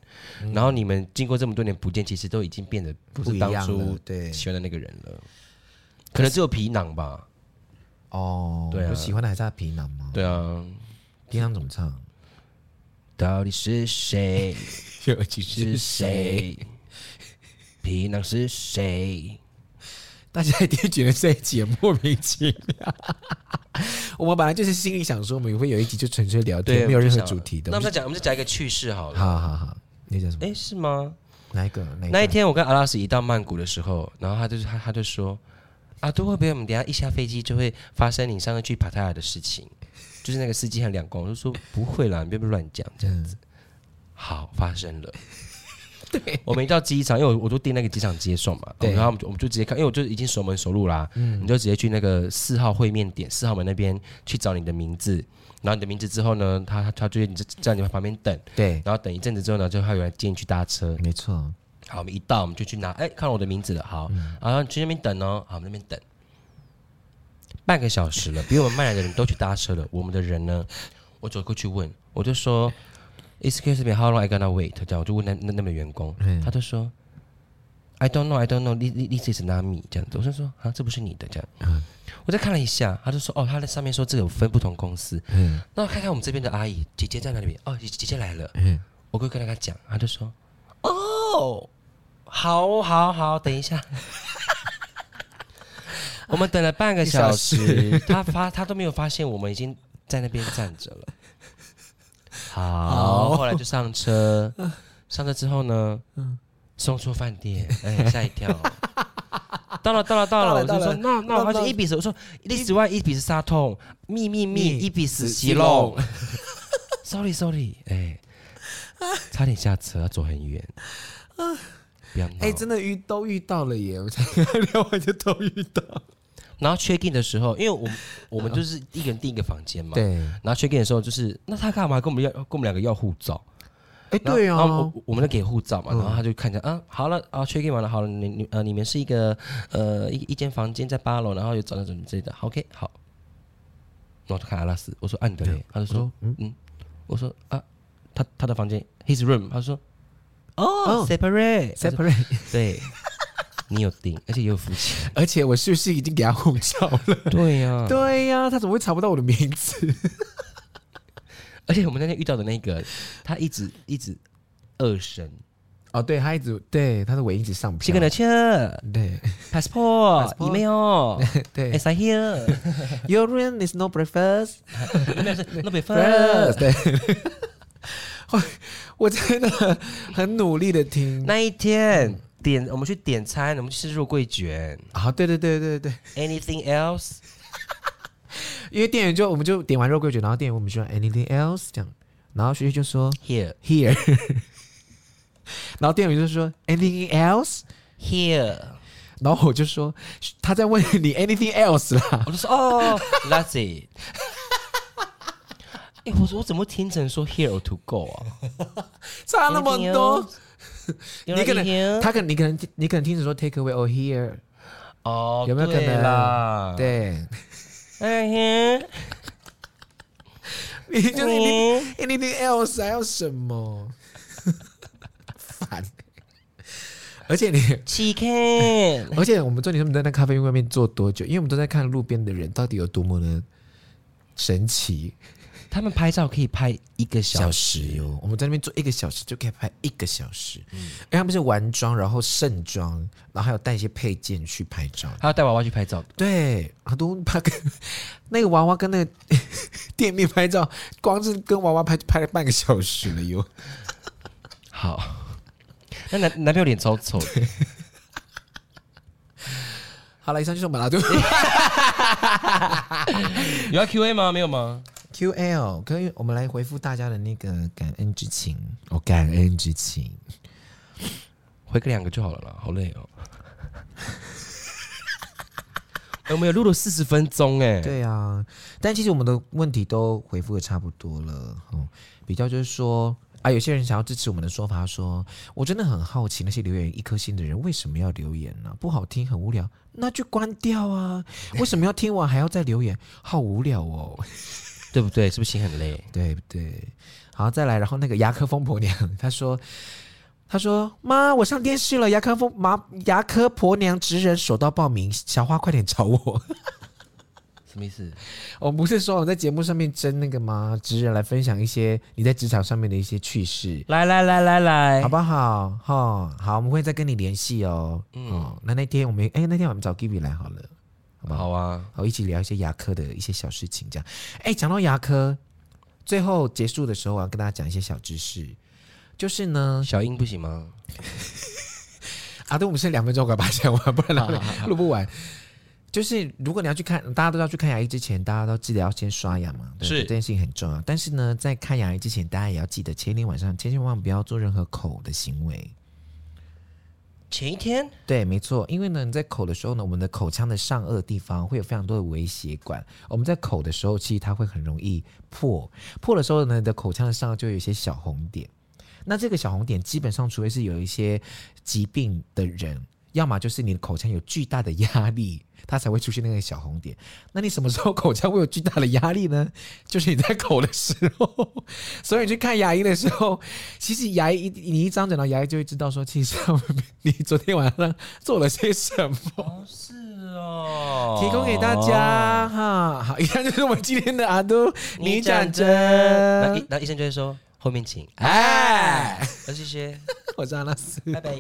[SPEAKER 1] 然后你们经过这么多年不见，其实都已经变得不
[SPEAKER 2] 不
[SPEAKER 1] 是
[SPEAKER 2] 一
[SPEAKER 1] 当
[SPEAKER 2] 样
[SPEAKER 1] 初
[SPEAKER 2] 了对
[SPEAKER 1] 喜欢的那个人了，可能只有皮囊吧。
[SPEAKER 2] 哦，
[SPEAKER 1] 对啊
[SPEAKER 2] 我喜欢的还是他的皮囊吗？
[SPEAKER 1] 对啊，
[SPEAKER 2] 皮囊怎么唱？
[SPEAKER 1] 到底是谁？
[SPEAKER 2] 尤其
[SPEAKER 1] 是 谁？皮囊是谁？
[SPEAKER 2] 大家一定觉得这一集也莫名其 妙。我们本来就是心里想说，我们会有一集就纯粹聊天，
[SPEAKER 1] 对，
[SPEAKER 2] 没有任
[SPEAKER 1] 我
[SPEAKER 2] 何
[SPEAKER 1] 就想
[SPEAKER 2] 主题的。
[SPEAKER 1] 那我们
[SPEAKER 2] 我们
[SPEAKER 1] 再讲，我们再讲一个趣事好了。
[SPEAKER 2] 就好哎好好，那叫什么？
[SPEAKER 1] 哎，是吗？
[SPEAKER 2] 哪一个？哪一
[SPEAKER 1] 那一
[SPEAKER 2] 个？
[SPEAKER 1] 天我跟阿拉斯一到曼谷的时候，然后他就他他就说，啊，都会不会我们等一下一下飞机就会发生你上次去帕塔亚的事情，就是那个司机和两公，我就说不会啦，你别不要乱讲这样子。好，发生了。对，我们一到机场，因为我我就订那个机场接送嘛，
[SPEAKER 2] 对
[SPEAKER 1] 然后我们就我们就直接看，因为我就已经熟门熟路啦，你就直接去那个四号会面点，四号门那边去找你的名字，然后你的名字之后呢，他他他就会你就在你旁边等，
[SPEAKER 2] 对，
[SPEAKER 1] 然后等一阵子之后呢，就他有人接你去搭车，
[SPEAKER 2] 没错。
[SPEAKER 1] 好，我们一到我们就去拿，哎、看到我的名字了，好，然后去那边等哦，好，我们那边等，半个小时了，比我们慢来的人都去搭车了，我们的人呢，我走过去问，我就说，Excuse me，how long I gonna wait？这样我就问那那那边的员工，他就说，I don't know，I don't know，this this is not me，这样子，我就说啊，这不是你的这样，我再看了一下，他就说，哦，他在上面说这个有分不同公司，
[SPEAKER 2] 嗯
[SPEAKER 1] 那我看看我们这边的阿姨姐姐在哪里？哦，姐姐姐来了，
[SPEAKER 2] 嗯，
[SPEAKER 1] 我会跟他讲，他就说：“哦，好，好，好，等一下。” 我们等了半个小时，他发他都没有发现我们已经在那边站着了。好，后来就上车，上车之后呢，送出饭店，哎，吓一跳。到了，到了，到了！我
[SPEAKER 2] 到
[SPEAKER 1] 就说，
[SPEAKER 2] 了到
[SPEAKER 1] 那
[SPEAKER 2] 了
[SPEAKER 1] 那
[SPEAKER 2] 到
[SPEAKER 1] 而
[SPEAKER 2] 了
[SPEAKER 1] 且一比十，我说历史外一比十沙痛，密密密
[SPEAKER 2] 密
[SPEAKER 1] 一比十西龙。sorry sorry，哎、差点下车，要走很远。不要闹。
[SPEAKER 2] 哎，真的遇都遇到了耶！我才刚聊完就都遇到。
[SPEAKER 1] 然后 check in 的时候，因为我们我们就是一个人订一个房间嘛。。
[SPEAKER 2] 对，
[SPEAKER 1] 然后 check in 的时候，就是那他干嘛跟我们要跟我们两个要护照？
[SPEAKER 2] 哎，对
[SPEAKER 1] 然后
[SPEAKER 2] 啊，
[SPEAKER 1] 我我们就给护照嘛，然后他就看一下啊，好了啊，check in 完了，好了，你你呃，你们是一个呃一一间房间在八楼，然后有找到什么之类的好，OK，好。然后我就看阿拉斯，我说啊你的嘞，他就说嗯嗯，我说啊他他的房间 his room，他说哦
[SPEAKER 2] 哦
[SPEAKER 1] separate，
[SPEAKER 2] separate
[SPEAKER 1] 对，你有订，而且也有付钱。
[SPEAKER 2] 而且我是不是已经给他护 照了？
[SPEAKER 1] 对呀、
[SPEAKER 2] 对啊呀、他怎么会查不到我的名字？
[SPEAKER 1] 而且我们那天遇到的那个，他一直一直二声，
[SPEAKER 2] 哦，对，他一直对他的尾一直上
[SPEAKER 1] 先跟，
[SPEAKER 2] 票
[SPEAKER 1] 他 check
[SPEAKER 2] 对
[SPEAKER 1] passport email
[SPEAKER 2] 对
[SPEAKER 1] is I here
[SPEAKER 2] ，Your room is no breakfast。
[SPEAKER 1] 那是那 边
[SPEAKER 2] Friends，
[SPEAKER 1] 分。
[SPEAKER 2] 对。 네. 我我真的很努力的听
[SPEAKER 1] 那一天点我们去点餐，我们去吃肉桂卷
[SPEAKER 2] 啊，对对对对对，
[SPEAKER 1] ，anything else？
[SPEAKER 2] 因为店员就我们就点完肉桂卷，然后店员问我们说哎 anything else 这样，然后学姐就说
[SPEAKER 1] Here,
[SPEAKER 2] here，然后店员就说 anything else，
[SPEAKER 1] here，
[SPEAKER 2] 然后我就说他在问你 anything else 啦，
[SPEAKER 1] 我就说哦 ，That's it。哎、我说我怎么听成说 here or to go 啊？
[SPEAKER 2] 差 那么多，
[SPEAKER 1] 有
[SPEAKER 2] 你可能
[SPEAKER 1] 听
[SPEAKER 2] 他可能你可能你可能听着说 take away or here，
[SPEAKER 1] 哦，
[SPEAKER 2] 有没有可
[SPEAKER 1] 对
[SPEAKER 2] 能
[SPEAKER 1] 啦？，
[SPEAKER 2] 对，
[SPEAKER 1] 哎 哼，嗯
[SPEAKER 2] 你就是你。
[SPEAKER 1] 你
[SPEAKER 2] Anything else 还要什么？ 烦。而且你，
[SPEAKER 1] chicken
[SPEAKER 2] 而且我们重点是我们在那咖啡厅外面坐多久？因为我们都在看路边的人到底有多么的神奇。
[SPEAKER 1] 他们拍照可以拍一个小
[SPEAKER 2] 小
[SPEAKER 1] 时，
[SPEAKER 2] 时哟，我们在那边坐一个小时就可以拍一个小时。因为他们是完妆，然后盛装，然后还有带一些配件去拍照。
[SPEAKER 1] 还要带娃娃去拍照。
[SPEAKER 2] 对，啊很多拍个那个娃娃跟那个 店面拍照，光是跟娃娃拍就拍了半个小时了哟。
[SPEAKER 1] 好，那男男朋友脸超丑 的，
[SPEAKER 2] 好了，以上就是我们了， 对不对？
[SPEAKER 1] 有要 Q A 吗？没有吗？
[SPEAKER 2] Q L，可以我们来回复大家的那个感恩之情哦，感恩之情。
[SPEAKER 1] 回个两个就好了啦，好累哦。 哎我们有录了四十分钟哎、
[SPEAKER 2] 对啊，但其实我们的问题都回复的差不多了，嗯，比较就是说啊，有些人想要支持我们的说法说，我真的很好奇那些留言一颗星的人为什么要留言呢、不好听，很无聊，那就关掉啊！为什么要听完还要再留言？好无聊哦，
[SPEAKER 1] 对不对？是不是心很累？
[SPEAKER 2] 对不对？好，再来，然后那个牙科疯婆娘，她说。她说：“妈，我上电视了，牙科疯妈，牙科婆娘职人手到报名，小花快点找我。
[SPEAKER 1] 什么意思？
[SPEAKER 2] 我哦不是说我在节目上面争那个吗？职人来分享一些你在职场上面的一些趣事，
[SPEAKER 1] 来来来来来，
[SPEAKER 2] 好不好？哈、好，我们会再跟你联系哦。嗯、那那天我们哎、那天我们找 Gibby 来好了，好不好？
[SPEAKER 1] 好啊，
[SPEAKER 2] 好，一起聊一些牙科的一些小事情，这样。哎，讲到牙科，最后结束的时候，我要跟大家讲一些小知识，就是呢，
[SPEAKER 1] 小英不行吗？
[SPEAKER 2] 啊，对，我们剩两分钟，快把它讲完，不然录录不完。就是如果你要去看，大家都要去看牙医之前，大家都记得要先刷牙嘛，对
[SPEAKER 1] 是
[SPEAKER 2] 这件事情很重要。但是呢，在看牙医之前，大家也要记得前一天晚上千千万万不要做任何口的行为。
[SPEAKER 1] 前一天
[SPEAKER 2] 对，没错，因为呢，你在口的时候呢，我们的口腔的上颚地方会有非常多的微血管。我们在口的时候，其实它会很容易破，破的时候呢，你的口腔的上颚就有一些小红点。那这个小红点，基本上除非是有一些疾病的人，要么就是你的口腔有巨大的压力，它才会出现那个小红点。那你什么时候 口腔会有巨大的压力呢？就是你在口的时候。所以你去看牙医的时候，其实牙医你一张诊到牙医就会知道说，其实上面你昨天晚上做了些什么。
[SPEAKER 1] 哦，是哦
[SPEAKER 2] 提供给大家、哈，好，以上就是我们今天的阿都，你讲真，
[SPEAKER 1] 那医那医生就会说后面请，
[SPEAKER 2] 哎，
[SPEAKER 1] 那谢谢，
[SPEAKER 2] 我是阿拉斯。
[SPEAKER 1] 拜拜。